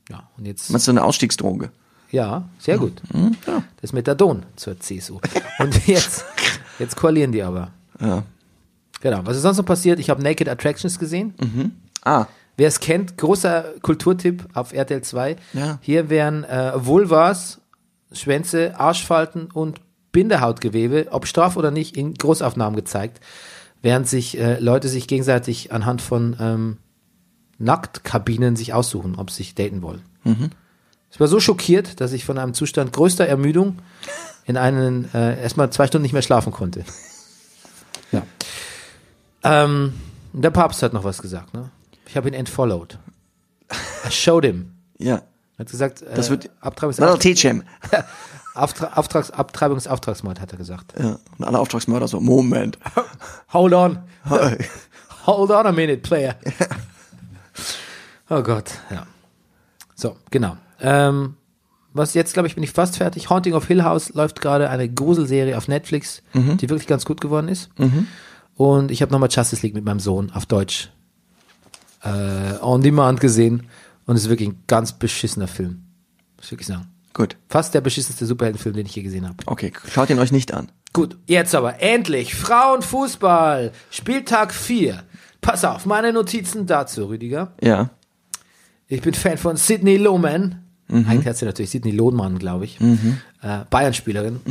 Ja, und jetzt
Meinst du eine Ausstiegsdroge?
Ja, sehr gut. Das Methadon zur CSU. Und jetzt, jetzt koalieren die aber.
Ja.
Genau. Was ist sonst noch passiert? Ich habe Naked Attractions gesehen.
Ah,
Wer es kennt, großer Kulturtipp auf RTL 2.
Ja.
Hier wären äh, Vulvas, Schwänze, Arschfalten und Bindehautgewebe, ob straf oder nicht, in Großaufnahmen gezeigt, während sich äh, Leute sich gegenseitig anhand von ähm, Nacktkabinen sich aussuchen, ob sie sich daten wollen. Ich war so schockiert, dass ich von einem Zustand größter Ermüdung in einen äh, erstmal zwei Stunden nicht mehr schlafen konnte. Ja. Ähm, der Papst hat noch was gesagt, ne? Ich habe ihn entfollowed. I showed him.
ja.
Er hat gesagt, äh,
Das wird-
Abtreibungs
Little Teach'em.
Auftra Auftrags Abtreibungsauftragsmord, hat er gesagt.
Ja. Und alle Auftragsmörder so, Moment.
Hold on. Hold on a minute, Player. oh Gott, ja. So, genau. Ähm, was jetzt, glaube ich, bin ich fast fertig. Haunting of Hill House läuft gerade eine Gruselserie auf Netflix,
Mhm.
die wirklich ganz gut geworden ist. Und ich habe nochmal Justice League mit meinem Sohn auf Deutsch äh, on demand gesehen. Und es ist wirklich ein ganz beschissener Film. Muss ich wirklich sagen.
Gut.
Fast der beschissenste Superheldenfilm, den ich je gesehen habe.
Okay, schaut ihn euch nicht an.
Gut, jetzt aber endlich Frauenfußball, Spieltag 4. Pass auf, meine Notizen dazu, Rüdiger.
Ja.
Ich bin Fan von Sidney Lohmann. Eigentlich hat sie natürlich Sidney Lohmann, glaube ich. Äh, Bayern-Spielerin.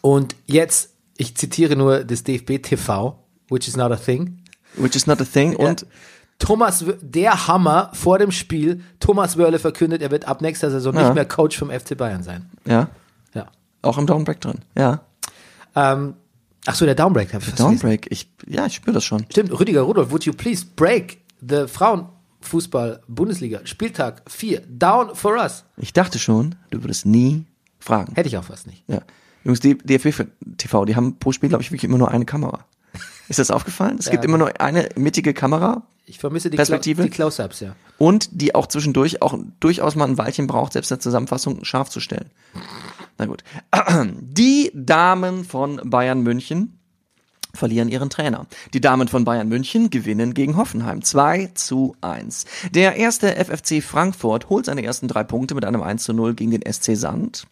Und jetzt, ich zitiere nur das DFB-TV, which is not a thing.
Which is not a thing. Und
Thomas, W- der Hammer vor dem Spiel. Thomas Wörle verkündet, er wird ab nächster Saison
Ja.
nicht mehr Coach vom FC Bayern sein.
ja,
Ja.
auch im Downbreak drin. Ja.
Ähm, ach so, der Downbreak. hab ich fast vergessen.
Downbreak, ich, ja, ich spüre das schon.
Stimmt, Rüdiger Rudolph, would you please break the Frauenfußball-Bundesliga Spieltag 4 down for us?
Ich dachte schon, du würdest nie fragen.
Hätte ich auch fast nicht.
Ja. Übrigens, die DFB-TV, die haben pro Spiel, glaube ich, wirklich immer nur eine Kamera. Ist das aufgefallen? Es gibt immer nur eine mittige Kamera
Ich vermisse die,
Perspektive?
Clo die Close-Ups, ja.
und die auch zwischendurch auch durchaus mal ein Weilchen braucht, selbst eine Zusammenfassung scharf zu stellen. Na gut. Die Damen von Bayern München verlieren ihren Trainer. Die Damen von Bayern München gewinnen gegen Hoffenheim 2 zu 1. Der erste FFC Frankfurt holt seine ersten drei Punkte mit einem 1 zu 0 gegen den SC Sand.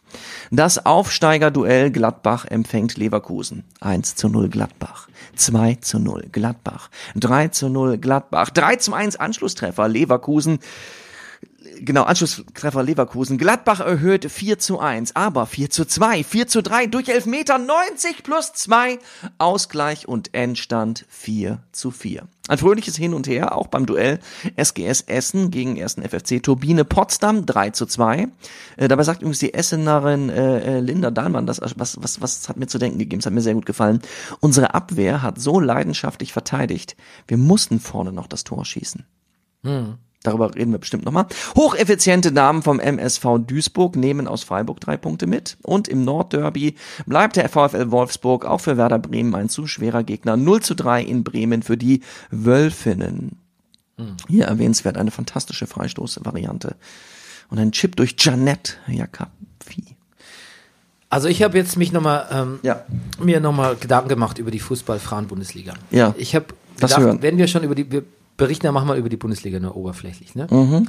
Das Aufsteigerduell Gladbach empfängt Leverkusen. 1 zu 0 Gladbach, 2 zu 0 Gladbach, 3 zu 0 Gladbach, 3 zu 1 Anschlusstreffer Leverkusen genau, Anschlusstreffer Leverkusen. Gladbach erhöht 4 zu 1, aber 4 zu 2, 4 zu 3 durch Elfmeter, 90 plus 2, Ausgleich und Endstand 4 zu 4. Ein fröhliches Hin und Her, auch beim Duell SGS Essen gegen 1. FFC Turbine Potsdam 3 zu 2. Äh, dabei sagt übrigens die Essenerin äh, äh, Linda Dahlmann, das, was, was, was hat mir zu denken gegeben, es hat mir sehr gut gefallen. Unsere Abwehr hat so leidenschaftlich verteidigt, wir mussten vorne noch das Tor schießen. Darüber reden wir bestimmt nochmal. Hocheffiziente Damen vom MSV Duisburg nehmen aus Freiburg drei Punkte mit. Und im Nordderby bleibt der VfL Wolfsburg auch für Werder Bremen ein zu schwerer Gegner. 0 zu 3 in Bremen für die Wölfinnen. Hier erwähnenswert eine fantastische Freistoßvariante. Und ein Chip durch Janet Jacobi.
Also ich habe jetzt mich noch mal, ähm,
Ja.
mir nochmal Gedanken gemacht über die Fußball-Frauen-Bundesliga.
Ja.
Ich habe,
Das hören.
wenn wir schon über die, wir berichten, dann machen wir über die Bundesliga nur oberflächlich. Ne?
Mhm.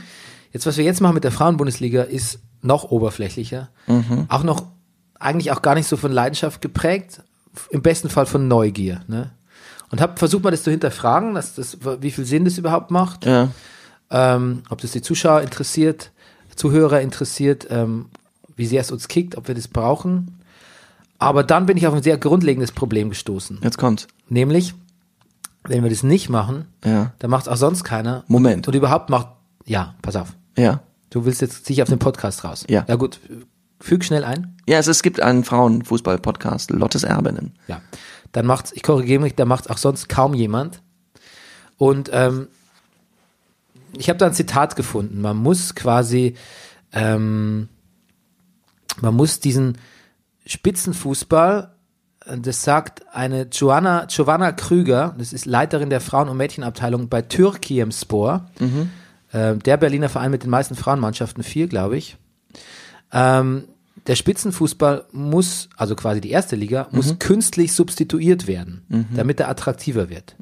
Jetzt, was wir jetzt machen mit der Frauen-Bundesliga, ist noch oberflächlicher.
Mhm.
Auch noch, eigentlich auch gar nicht so von Leidenschaft geprägt, f- im besten Fall von Neugier. Ne? Und habe versucht mal das zu hinterfragen, dass das, wie viel Sinn das überhaupt macht
Ja.
ähm, ob das die Zuschauer interessiert, Zuhörer interessiert, ähm, wie sehr es uns kickt, ob wir das brauchen. Aber dann bin ich auf ein sehr grundlegendes Problem gestoßen.
Jetzt kommt's.
Nämlich, wenn wir das nicht machen,
Ja.
dann macht es auch sonst keiner.
Moment.
Und überhaupt macht, ja, pass auf.
Ja.
Du willst jetzt sicher auf den Podcast raus.
Ja.
Ja gut, füg schnell ein.
Ja, es, es gibt einen Frauenfußball-Podcast, Lottes Erbinnen.
Ja. Dann macht's, ich korrigiere mich, dann macht auch sonst kaum jemand. Und ähm, ich habe da ein Zitat gefunden. Man muss quasi, ähm, man muss diesen Spitzenfußball, äh, das sagt eine Joanna, Giovanna Krüger, das ist Leiterin der Frauen- und Mädchenabteilung bei Türkiemspor, äh, der Berliner Verein mit den meisten Frauenmannschaften, vier, glaube ich. Ähm, der Spitzenfußball muss, also quasi die erste Liga, muss künstlich substituiert werden, damit er attraktiver wird.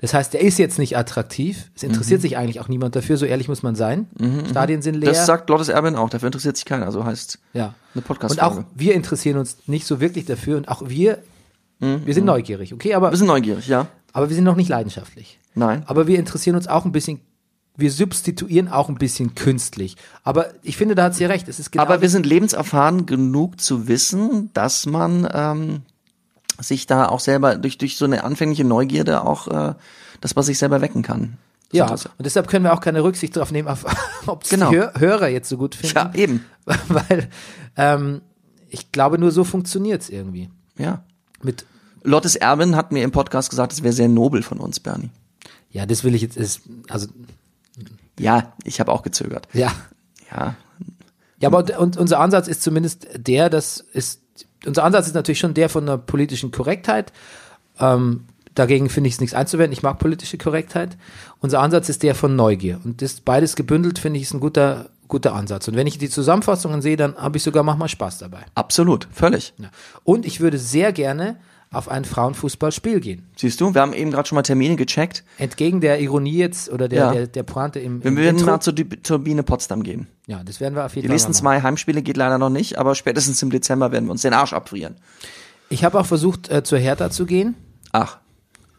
Das heißt, er ist jetzt nicht attraktiv. Es interessiert sich eigentlich auch niemand dafür, so ehrlich muss man sein. Stadien sind leer.
Das sagt Lottes Erben auch, dafür interessiert sich keiner. Also heißt
Ja.
Eine
und
Podcast-Folge.
auch wir interessieren uns nicht so wirklich dafür und auch wir, wir sind neugierig, okay, aber,
Mhm. Wir sind neugierig, ja.
aber wir sind noch nicht leidenschaftlich.
Nein.
Aber wir interessieren uns auch ein bisschen, wir substituieren auch ein bisschen künstlich. Aber ich finde, da hat sie recht. Es ist genau
Aber wir sind lebenserfahren genug zu wissen, dass man ähm, sich da auch selber durch, durch so eine anfängliche Neugierde auch, äh, dass man sich selber wecken kann. Das
ja,
Interesse.
und deshalb können wir auch keine Rücksicht darauf nehmen, auf, ob es
also- Genau.
die Hör Hörer jetzt so gut finden.
Ja, eben.
Weil ähm, ich glaube, nur so funktioniert es irgendwie.
Ja.
Mit,
Lottes Erben hat mir im Podcast gesagt, es wäre sehr nobel von uns, Bernie.
ja, das will ich jetzt, ist, also,
Ja, ich habe auch gezögert.
ja.
Ja.
Ja, aber und, und unser Ansatz ist zumindest der, das ist, unser Ansatz ist natürlich schon der von einer politischen Korrektheit. Ähm, dagegen finde ich es nichts einzuwenden. Ich mag politische Korrektheit. Unser Ansatz ist der von Neugier. Und das beides gebündelt, finde ich, ist ein guter, guter Ansatz. Und wenn ich die Zusammenfassungen sehe, dann habe ich sogar manchmal Spaß dabei.
Absolut, völlig.
Ja. Und ich würde sehr gerne auf ein Frauenfußballspiel gehen.
Siehst du, wir haben eben gerade schon mal Termine gecheckt.
Entgegen der Ironie jetzt oder der,
Ja.
der, der Pointe im,
Wir
im
würden
Intro.
mal zur Di- Turbine Potsdam gehen.
Ja, das werden wir auf jeden
Die
Fall
nächsten
mal machen.
zwei Heimspiele geht leider noch nicht, aber spätestens im Dezember werden wir uns den Arsch abfrieren.
Ich habe auch versucht, äh, zur Hertha zu gehen.
Ach,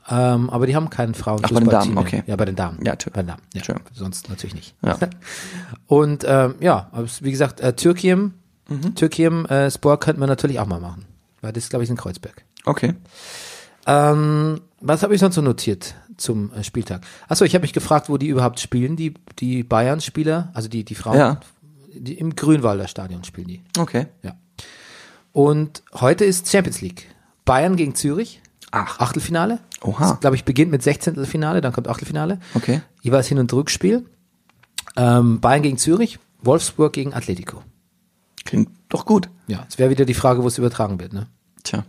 Ähm, aber die haben keinen Frauenfußballteam.
Ach, bei den Damen,
mehr.
okay.
Ja, bei den Damen.
Ja, tschö.
Bei den Damen. Ja,
Tschö.
Sonst natürlich nicht.
Ja.
Und ähm, ja, aber es- wie gesagt, äh, Türkiem,
Mhm.
Türkiem äh, Spor könnten wir natürlich auch mal machen. Weil das ist, glaube ich, in Kreuzberg.
okay.
Ähm, was habe ich sonst so notiert zum äh, Spieltag? Achso, ich habe mich gefragt, wo die überhaupt spielen, die, die Bayern-Spieler, also die, die Frauen.
Ja.
Die, Im Grünwalder Stadion spielen die.
Okay.
Ja. Und heute ist Champions League. Bayern gegen Zürich.
Ach.
Achtelfinale.
Oha.
Das, glaube ich, beginnt mit 16. Finale, dann kommt Achtelfinale.
Okay.
Jeweils Hin- und Rückspiel. Ähm, Bayern gegen Zürich, Wolfsburg gegen Atletico.
Klingt doch gut.
Ja, es wäre wieder die Frage, wo es übertragen wird. Ne?
Tja.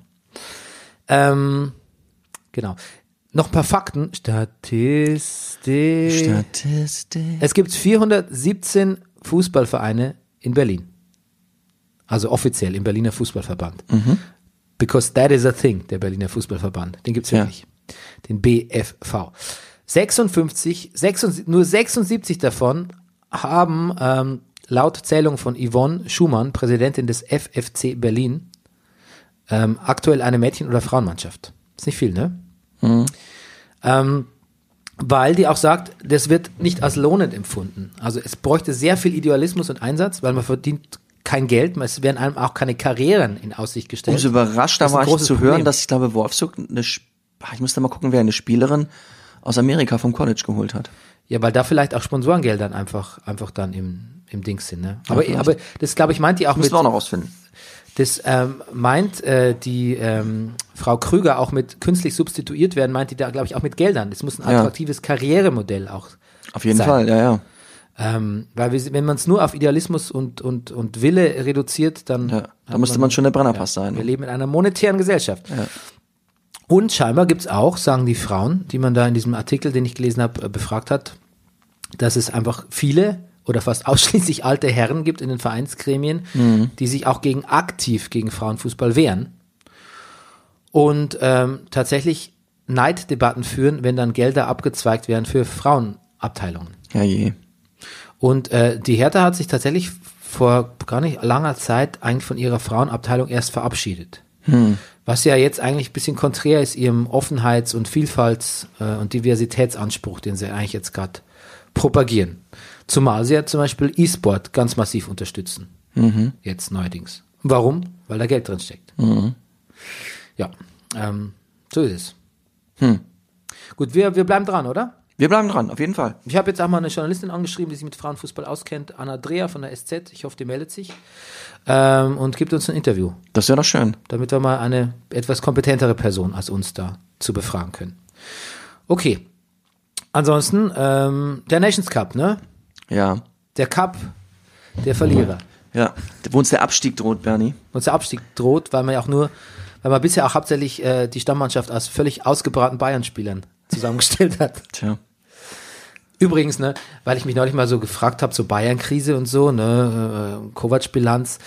Ähm, genau. Noch ein paar Fakten. Statistik.
Äh, Statistik.
es gibt 417 Fußballvereine in Berlin. Also offiziell im Berliner Fußballverband. Because that is a thing, der Berliner Fußballverband. Den gibt's
Ja.
wirklich. Den BFV. 56, 76, nur 76 davon haben ähm, laut Zählung von Yvonne Schumann, Präsidentin des FFC Berlin, ähm, aktuell eine Mädchen- oder Frauenmannschaft. Ist nicht viel, ne?
Mhm.
Ähm, weil die auch sagt, das wird nicht als lohnend empfunden. Also es bräuchte sehr viel Idealismus und Einsatz, weil man verdient kein Geld, es werden einem auch keine Karrieren in Aussicht gestellt.
Umso überraschter
Das ist ein
war ich
großes
zu hören,
Problem.
dass ich glaube, Wolfsburg eine, Sch- Ah, ich musste mal gucken, wer eine Spielerin aus Amerika vom College geholt hat.
Ja, weil da vielleicht auch Sponsorengelder dann einfach, einfach dann im, im Dings sind. Ne? Aber,
vielleicht.
aber das, glaube ich, meint die auch
Müssen
mit,
wir auch noch rausfinden.
das ähm, meint äh, die ähm, Frau Krüger auch mit künstlich substituiert werden, meint die da, glaube ich, auch mit Geldern. Das muss ein
Ja.
attraktives Karrieremodell auch
Auf jeden
sein.
Fall, ja, ja.
Ähm, weil wir, wenn man es nur auf Idealismus und, und, und Wille reduziert, dann
ja. Da
hat
müsste man schon der Brennerpass sein. ne?
Wir leben in einer monetären Gesellschaft. Und scheinbar gibt's auch, sagen die Frauen, die man da in diesem Artikel, den ich gelesen habe, äh, befragt hat, dass es einfach viele oder fast ausschließlich alte Herren gibt in den Vereinsgremien, die sich auch gegen aktiv gegen Frauenfußball wehren und ähm, tatsächlich Neiddebatten führen, wenn dann Gelder abgezweigt werden für Frauenabteilungen.
Ja, je.
Und äh, die Hertha hat sich tatsächlich vor gar nicht langer Zeit eigentlich von ihrer Frauenabteilung erst verabschiedet. Was ja jetzt eigentlich ein bisschen konträr ist ihrem Offenheits- und Vielfalts- äh, und Diversitätsanspruch, den sie eigentlich jetzt gerade propagieren. Zumal sie ja zum Beispiel E-Sport ganz massiv unterstützen. Jetzt neuerdings. Warum? Weil da Geld drin steckt. Ja, ähm, so ist es. Gut, wir, wir bleiben dran, oder?
Wir bleiben dran, auf jeden Fall.
Ich habe jetzt auch mal eine Journalistin angeschrieben, die sich mit Frauenfußball auskennt, Anna Dreher von der SZ. Ich hoffe, die meldet sich ähm, und gibt uns ein Interview,
Das wäre doch schön.
damit wir mal eine etwas kompetentere Person als uns da zu befragen können. Okay. Ansonsten ähm, der Nations Cup, ne?
Ja.
Der Cup der Verlierer.
Ja. Wo uns der Abstieg droht, Bernie.
Uns der Abstieg droht, weil man ja auch nur, weil man bisher auch hauptsächlich äh, die Stammmannschaft aus völlig ausgebrannten Bayern-Spielern zusammengestellt hat.
Tja.
Übrigens, ne, weil ich mich neulich mal so gefragt habe zur Bayern-Krise und so, ne, äh, Kovac-Bilanz.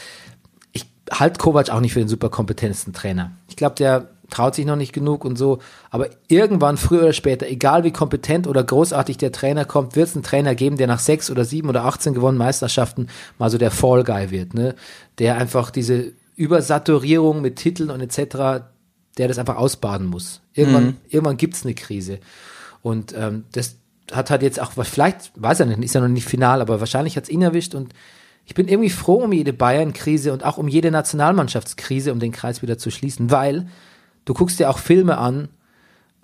Ich halt Kovac auch nicht für den superkompetentesten Trainer. Ich glaube, der traut sich noch nicht genug und so. Aber irgendwann, früher oder später, egal wie kompetent oder großartig der Trainer kommt, wird es einen Trainer geben, der nach sechs oder sieben oder 18 gewonnenen Meisterschaften mal so der Fall Guy wird, ne? Der einfach diese Übersaturierung mit Titeln und etc., der das einfach ausbaden muss. Irgendwann, irgendwann gibt's eine Krise. Und ähm, das hat halt jetzt auch, vielleicht, weiß er nicht, ist ja noch nicht final, aber wahrscheinlich hat's ihn erwischt und ich bin irgendwie froh um jede Bayern-Krise und auch um jede Nationalmannschaftskrise, um den Kreis wieder zu schließen, weil du guckst dir auch Filme an,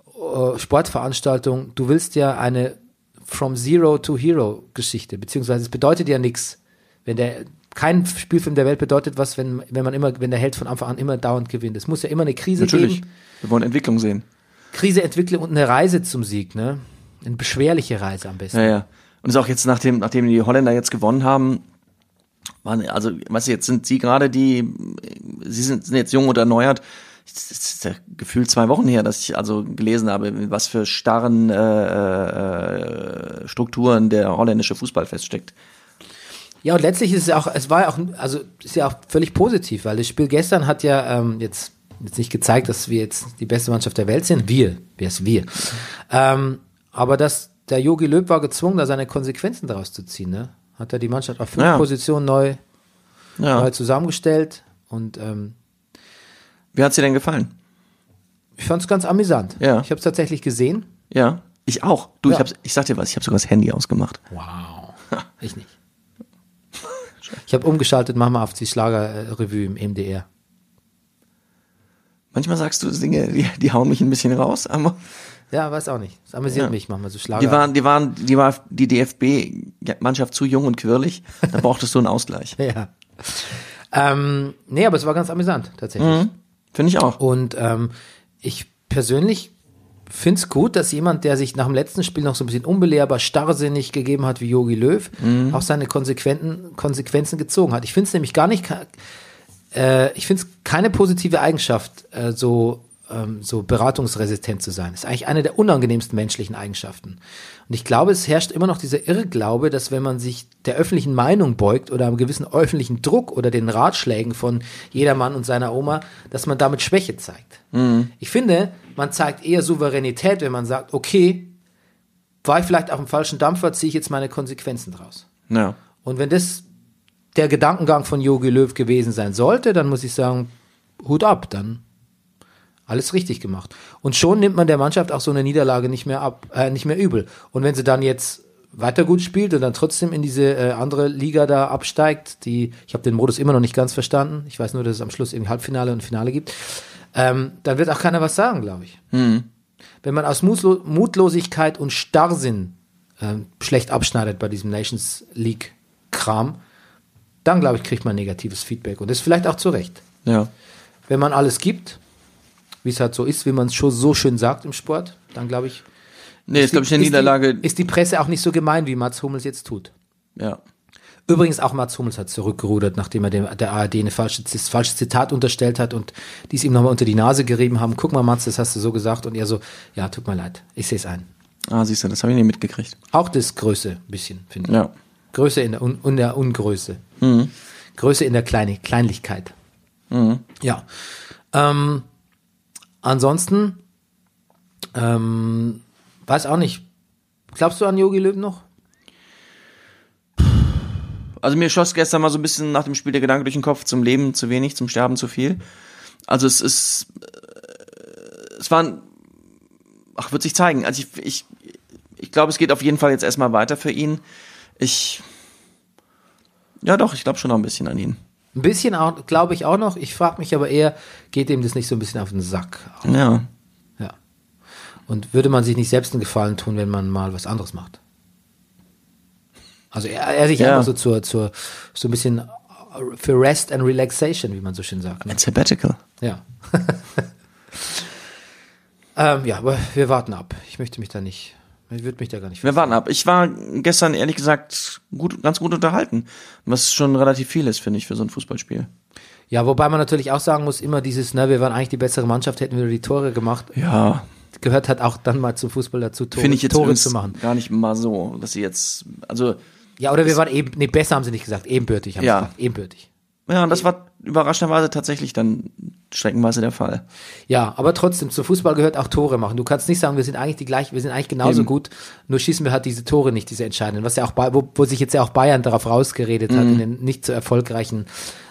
äh, Sportveranstaltungen, du willst ja eine From Zero to Hero Geschichte, beziehungsweise es bedeutet ja nichts, wenn der kein Spielfilm der Welt bedeutet was, wenn, wenn man immer, wenn der Held von Anfang an immer dauernd gewinnt. Es muss ja immer eine Krise
Natürlich.
geben.
Wir wollen Entwicklung sehen.
Krise, Entwicklung und eine Reise zum Sieg, ne? Eine beschwerliche Reise am besten.
Ja, ja. Und ist auch jetzt, nachdem, nachdem die Holländer jetzt gewonnen haben, waren, also, weißt du, jetzt sind sie gerade die, sie sind, sind jetzt jung und erneuert. Es ist ja gefühlt zwei Wochen her, dass ich also gelesen habe, in was für starren äh, äh, Strukturen der holländische Fußball feststeckt.
Ja, und letztlich ist es auch, es war ja auch, also ist ja auch völlig positiv, weil das Spiel gestern hat ja ähm, jetzt, jetzt nicht gezeigt, dass wir jetzt die beste Mannschaft der Welt sind. Wir, wer ist wir? Ähm, aber dass der Jogi Löw war gezwungen, da seine Konsequenzen daraus zu ziehen. Ne? Hat er die Mannschaft auf fünf
Ja.
Positionen neu,
Ja.
neu zusammengestellt und ähm,
Wie hat's dir denn gefallen?
ich fand es ganz amüsant.
Ja.
Ich habe es tatsächlich gesehen.
Ja. Ich auch. Du, ich
Ja.
hab's, ich sag dir was, ich habe sogar das Handy ausgemacht.
Wow. Ich nicht. Ich habe umgeschaltet, mach mal auf die Schlagerrevue im MDR.
Manchmal sagst du Dinge, die, die hauen mich ein bisschen raus, aber
Ja, weiß auch nicht. Es amüsiert
Ja.
mich manchmal so Schlager.
die waren, die waren, die war die DFB-Mannschaft zu jung und quirlig. Da brauchtest du einen Ausgleich.
Ja. Ähm, nee, aber es war ganz amüsant,
Mhm.
tatsächlich.
Finde ich auch.
Und ähm, ich persönlich finde es gut, dass jemand, der sich nach dem letzten Spiel noch so ein bisschen unbelehrbar, starrsinnig gegeben hat wie Jogi Löw,
Mhm.
auch seine konsequenten Konsequenzen gezogen hat. Ich finde es nämlich gar nicht, ka- äh, ich finde es keine positive Eigenschaft, äh, so, ähm, so beratungsresistent zu sein. Das ist eigentlich eine der unangenehmsten menschlichen Eigenschaften. Und ich glaube, es herrscht immer noch dieser Irrglaube, dass wenn man sich der öffentlichen Meinung beugt oder einem gewissen öffentlichen Druck oder den Ratschlägen von jedermann und seiner Oma, dass man damit Schwäche zeigt. Ich finde, man zeigt eher Souveränität, wenn man sagt, okay, war ich vielleicht auf dem falschen Dampfer, ziehe ich jetzt meine Konsequenzen draus.
Ja.
Und wenn das der Gedankengang von Jogi Löw gewesen sein sollte, dann muss ich sagen, Hut ab, dann alles richtig gemacht. Und schon nimmt man der Mannschaft auch so eine Niederlage nicht mehr ab, äh, nicht mehr übel. Und wenn sie dann jetzt weiter gut spielt und dann trotzdem in diese äh, andere Liga da absteigt, die ich habe den Modus immer noch nicht ganz verstanden. Ich weiß nur, dass es am Schluss irgendwie Halbfinale und Finale gibt. Ähm, dann wird auch keiner was sagen, glaube ich. Wenn man aus Mutlo Mutlosigkeit und Starrsinn ähm, schlecht abschneidet bei diesem Nations League Kram, dann glaube ich, kriegt man negatives Feedback. Und das vielleicht auch zu Recht.
Ja.
Wenn man alles gibt, wie es halt so ist, wie man es schon so schön sagt im Sport, dann glaube ich,
Nee, ist,
die-
glaube ich, eine Niederlage.
Die, ist die Presse auch nicht so gemein, wie Mats Hummels jetzt tut.
ja.
Übrigens auch Mats Hummels hat zurückgerudert, nachdem er dem, der ARD ein falsches, falsches Zitat unterstellt hat und die es ihm nochmal unter die Nase gerieben haben. Guck mal, Mats, das hast du so gesagt. Und er so, ja, tut mir leid, ich sehe es ein.
Ah, siehst du, das habe ich nicht mitgekriegt.
Auch das Größe ein bisschen, finde ich.
Ja.
Größe in der, Un in der Ungröße. Größe in der Kleine Kleinlichkeit. Ja. Ähm, ansonsten, ähm, weiß auch nicht. Glaubst du an Yogi Löw noch?
Also mir schoss gestern mal so ein bisschen nach dem Spiel der Gedanke durch den Kopf, zum Leben zu wenig, zum Sterben zu viel. Also es ist, äh, es waren, ach, wird sich zeigen. Also ich, ich, ich glaube, es geht auf jeden Fall jetzt erstmal weiter für ihn. Ich, ja doch, ich glaube schon noch ein bisschen an ihn.
Ein bisschen auch- glaube ich auch noch. Ich frage mich aber eher, geht ihm das nicht so ein bisschen auf den Sack?
Ja.
Ja. Und würde man sich nicht selbst einen Gefallen tun, wenn man mal was anderes macht? Also er, er sich
Ja.
einfach so zur, zur, so ein bisschen für Rest and Relaxation, wie man so schön sagt. Ne?
Ein Sabbatical.
Ja. ähm, ja, aber wir warten ab. Ich möchte mich da nicht, ich würde mich da gar nicht.
Wir warten ab. Ich war gestern ehrlich gesagt gut, ganz gut unterhalten. Was schon relativ viel ist, finde ich, für so ein Fußballspiel.
Ja, wobei man natürlich auch sagen muss, immer dieses, ne, wir waren eigentlich die bessere Mannschaft, hätten wir nur die Tore gemacht,
Ja,
gehört hat auch dann mal zum Fußball dazu, Tore,
finde ich jetzt
Tore
übrigens
zu machen.
gar nicht mal so, dass sie jetzt, also
Ja, oder wir waren eben, nee, besser haben sie nicht gesagt, ebenbürtig haben
Ja.
sie gesagt, ebenbürtig.
Ja, und das war überraschenderweise tatsächlich dann streckenweise der Fall.
Ja, aber trotzdem, zu Fußball gehört auch Tore machen. Du kannst nicht sagen, wir sind eigentlich die gleichen, wir sind eigentlich genauso
Eben.
gut, nur schießen wir halt diese Tore nicht, diese entscheidenden, was ja auch Bay- wo, wo sich jetzt ja auch Bayern darauf rausgeredet
Mhm.
hat, in den nicht so erfolgreichen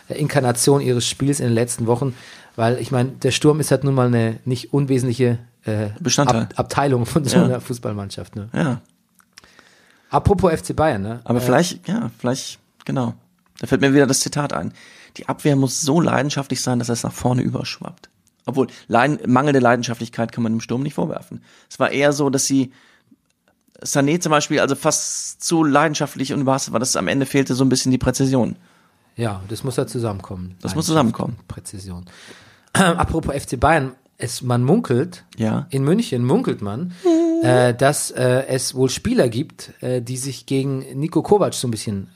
äh, Inkarnation ihres Spiels in den letzten Wochen, weil ich meine, der Sturm ist halt nun mal eine nicht unwesentliche äh,
Bestandteil.
Ab Abteilung von so
Ja.
einer Fußballmannschaft. Ne?
Ja.
Apropos FC Bayern, ne?
Aber vielleicht, ja, vielleicht, genau. Da fällt mir wieder das Zitat ein. Die Abwehr muss so leidenschaftlich sein, dass es nach vorne überschwappt. Obwohl, Leiden, mangelnde Leidenschaftlichkeit kann man dem Sturm nicht vorwerfen. Es war eher so, dass sie Sané zum Beispiel, also fast zu leidenschaftlich und war, war das am Ende fehlte so ein bisschen die Präzision.
Ja, das muss ja zusammenkommen.
Das
Leidenschaft
muss zusammenkommen.
und Präzision. Apropos FC Bayern, es, man munkelt,
Ja.
in München munkelt man, äh, dass äh, es wohl Spieler gibt, äh, die sich gegen Nico Kovac so ein bisschen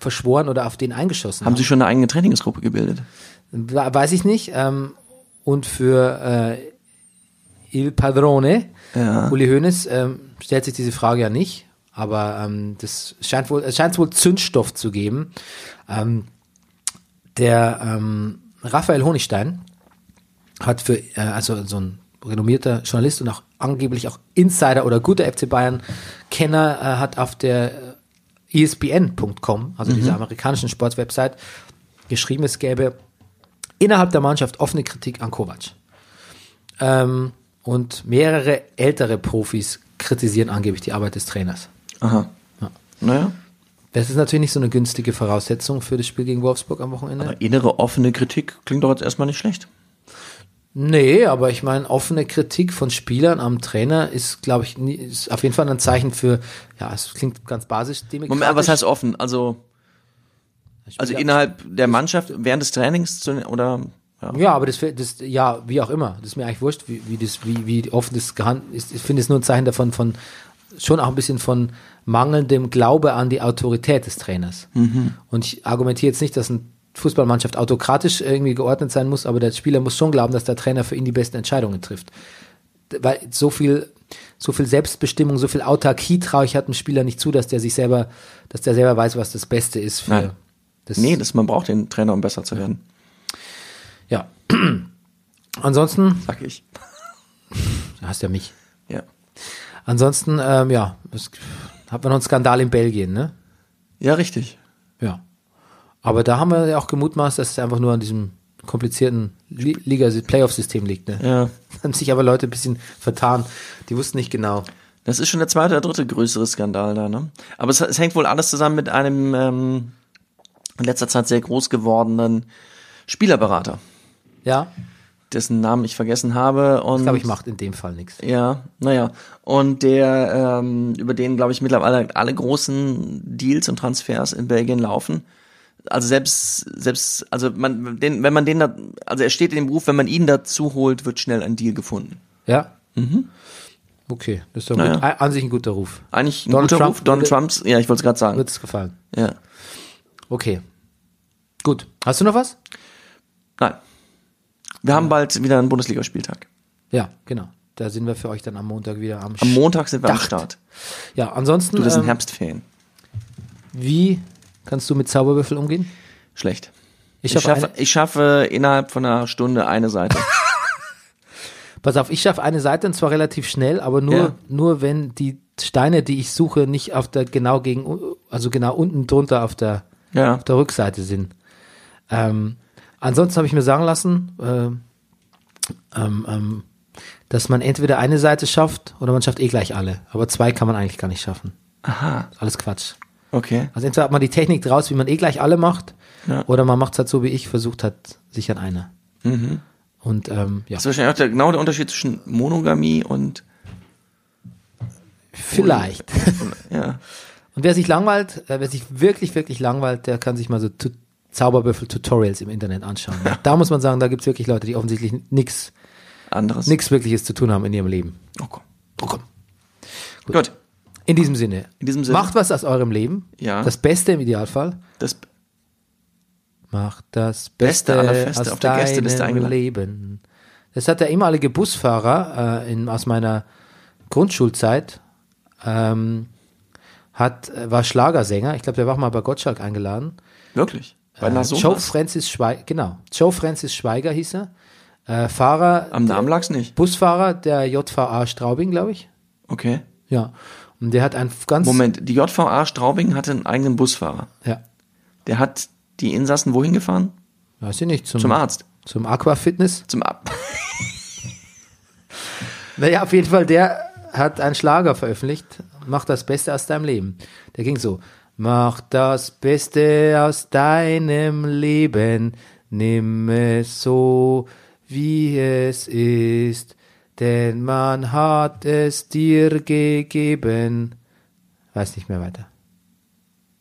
verschworen oder auf den eingeschossen
Haben sie schon eine eigene Trainingsgruppe gebildet?
We- Weiß ich nicht. Ähm, und für äh, Il Padrone,
Ja.
Uli Hoeneß, ähm, stellt sich diese Frage ja nicht. Aber ähm, das scheint wohl, es scheint wohl Zündstoff zu geben. Ähm, der ähm, Raphael Honigstein hat für, äh, also so ein renommierter Journalist und auch angeblich auch Insider oder guter FC Bayern-Kenner, äh, hat auf der äh, ESPN.com, also dieser amerikanischen Sportswebsite, geschrieben, es gäbe innerhalb der Mannschaft offene Kritik an Kovac. Ähm, und mehrere ältere Profis kritisieren angeblich die Arbeit des Trainers.
Aha. Naja.
Das ist natürlich nicht so eine günstige Voraussetzung für das Spiel gegen Wolfsburg am Wochenende.
Innere offene Kritik klingt doch jetzt erstmal nicht schlecht.
nee, aber ich meine, offene Kritik von Spielern am Trainer ist, glaube ich, nie, ist auf jeden Fall ein Zeichen für, ja, es klingt ganz basisch,
Moment, aber was heißt offen? Also, also
Spieler-
innerhalb der Mannschaft, während des Trainings zu, oder ja.
Ja, aber das, das, ja, wie auch immer. Das ist mir eigentlich wurscht, wie, wie das, wie, wie offen das gehandelt ist. Ich finde es nur ein Zeichen davon, von, schon auch ein bisschen von mangelndem Glaube an die Autorität des Trainers.
Mhm.
Und ich argumentiere jetzt nicht, dass eine Fußballmannschaft autokratisch irgendwie geordnet sein muss, aber der Spieler muss schon glauben, dass der Trainer für ihn die besten Entscheidungen trifft. D- Weil so viel, so viel Selbstbestimmung, so viel Autarkie traue ich halt dem Spieler nicht zu, dass der sich selber, dass der selber weiß, was das Beste ist für
Nein.
das
Nee, das, man braucht den Trainer, um besser zu werden,
Ja. Ansonsten
sag ich.
Du hast ja mich.
Ja.
Ansonsten, ähm, ja, es, hat man noch einen Skandal in Belgien, ne?
Ja, richtig.
Ja. Aber da haben wir ja auch gemutmaßt, dass es einfach nur an diesem komplizierten Li- Liga-Playoff-System liegt, ne?
Ja.
Haben sich aber Leute ein bisschen vertan. Die wussten nicht genau.
Das ist schon der zweite oder dritte größere Skandal da, ne? Aber es, es hängt wohl alles zusammen mit einem ähm, in letzter Zeit sehr groß gewordenen Spielerberater,
Ja,
dessen Namen ich vergessen habe. Und
glaube ich, macht in dem Fall nichts.
Ja, naja. Und der, ähm, über den, glaube ich, mittlerweile alle großen Deals und Transfers in Belgien laufen. Also selbst, selbst, also man, den, wenn man den da, also er steht in dem Beruf, wenn man ihn dazu holt, wird schnell ein Deal gefunden.
Ja? Mhm. Okay, das ist doch
Naja.
gut. Ein- an sich ein guter Ruf.
Eigentlich ein
Donald
guter
Trump
Ruf, Donald
würde-
Trumps, ja, ich wollte es gerade sagen.
Wird es gefallen.
Ja.
Okay. Gut. Hast du noch was?
Nein. Wir haben bald wieder einen Bundesligaspieltag.
Ja, genau. Da sind wir für euch dann am Montag wieder am,
Am Montag sind wir am
Dacht.
Start.
Ja, ansonsten,
Du, das sind
ähm,
Herbstferien.
wie kannst du mit Zauberwürfel umgehen?
Schlecht.
Ich,
Ich
schaff
schaffe, ich schaffe innerhalb von einer Stunde eine Seite.
Pass auf, ich schaffe eine Seite und zwar relativ schnell, aber nur,
Ja.
nur wenn die Steine, die ich suche, nicht auf der genau gegen, also genau unten drunter auf der,
Ja.
auf der Rückseite sind. Ähm, ansonsten habe ich mir sagen lassen, äh, ähm, ähm, dass man entweder eine Seite schafft oder man schafft eh gleich alle. Aber zwei kann man eigentlich gar nicht schaffen. Aha. Ist alles Quatsch.
Okay.
Also entweder hat man die Technik draus, wie man eh gleich alle macht,
Ja.
oder man macht es halt so, wie ich versucht hat, sich an einer.
Mhm.
Und ähm, ja,
Das ist wahrscheinlich auch der, genau der Unterschied zwischen Monogamie und
vielleicht.
ja.
Und wer sich langweilt, äh, wer sich wirklich, wirklich langweilt, der kann sich mal so tu Zauberwürfel-Tutorials im Internet anschauen. Da muss man sagen, da gibt's wirklich Leute, die offensichtlich nichts
anderes.
nix Wirkliches zu tun haben in ihrem Leben.
Oh, komm.
Oh, komm.
Gut.
In diesem Sinne.
In diesem Sinne.
Macht was aus eurem Leben.
Ja.
Das Beste im Idealfall.
Das,
Macht das Beste,
Beste aller Feste
aus
auf der Gästeliste
deinem
eingeladen.
Leben. Das hat der ehemalige Busfahrer äh, in, aus meiner Grundschulzeit, ähm, hat, äh, war Schlagersänger. Ich glaube, der war auch mal bei Gottschalk eingeladen.
wirklich. Bei einer
Joe
Somas?
Francis Schweiger, genau. Joe Francis Schweiger hieß er. Äh, Fahrer,
Am Namen lag's nicht.
Busfahrer der JVA Straubing, glaube ich.
Okay.
Ja. Und der hat ein ganz.
Moment, die JVA Straubing hatte einen eigenen Busfahrer.
Ja.
Der hat die Insassen wohin gefahren?
Weiß ich nicht. Zum,
Zum Arzt.
Zum Aquafitness.
Zum Ab.
Naja, auf jeden Fall, der hat einen Schlager veröffentlicht. Mach das Beste aus deinem Leben. Der ging so. Mach das Beste aus deinem Leben. Nimm es so, wie es ist. Denn man hat es dir gegeben. Weiß nicht mehr weiter.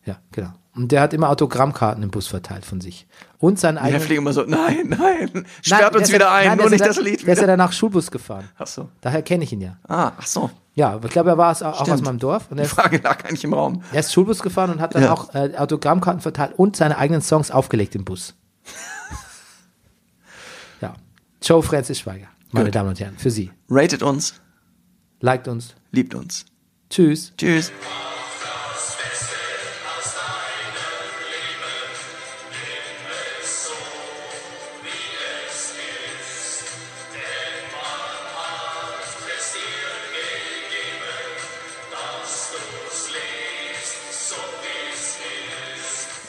Ja, genau. Und der hat immer Autogrammkarten im Bus verteilt von sich. Und sein
Der
eigenes.
fliegt immer so, nein, nein, sperrt uns wieder ein, nur nicht das Lied
Der ist ja
wieder.
danach Schulbus gefahren.
Ach so.
Daher kenne ich ihn ja.
Ah, ach so.
Ja, aber ich glaube, er war es auch
Stimmt.
aus meinem Dorf. Und er
Die
ist,
Frage lag eigentlich im Raum.
er ist Schulbus gefahren und hat dann
Ja.
auch äh, Autogrammkarten verteilt und seine eigenen Songs aufgelegt im Bus. ja. Joe Francis Schweiger, meine
Gut.
Damen und Herren, für Sie.
Ratet uns,
Liked uns.
liebt uns.
Tschüss.
Tschüss.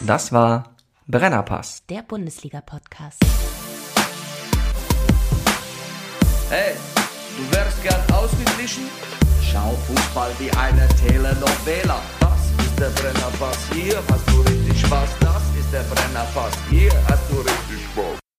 Das war Brennerpass.
Der Bundesliga-Podcast.
Hey, du wärst gern ausgeglichen? Schau Fußball wie eine Telenovela. Das ist der Brennerpass, hier hast du richtig Spaß. Das ist der Brennerpass, hier hast du richtig Spaß.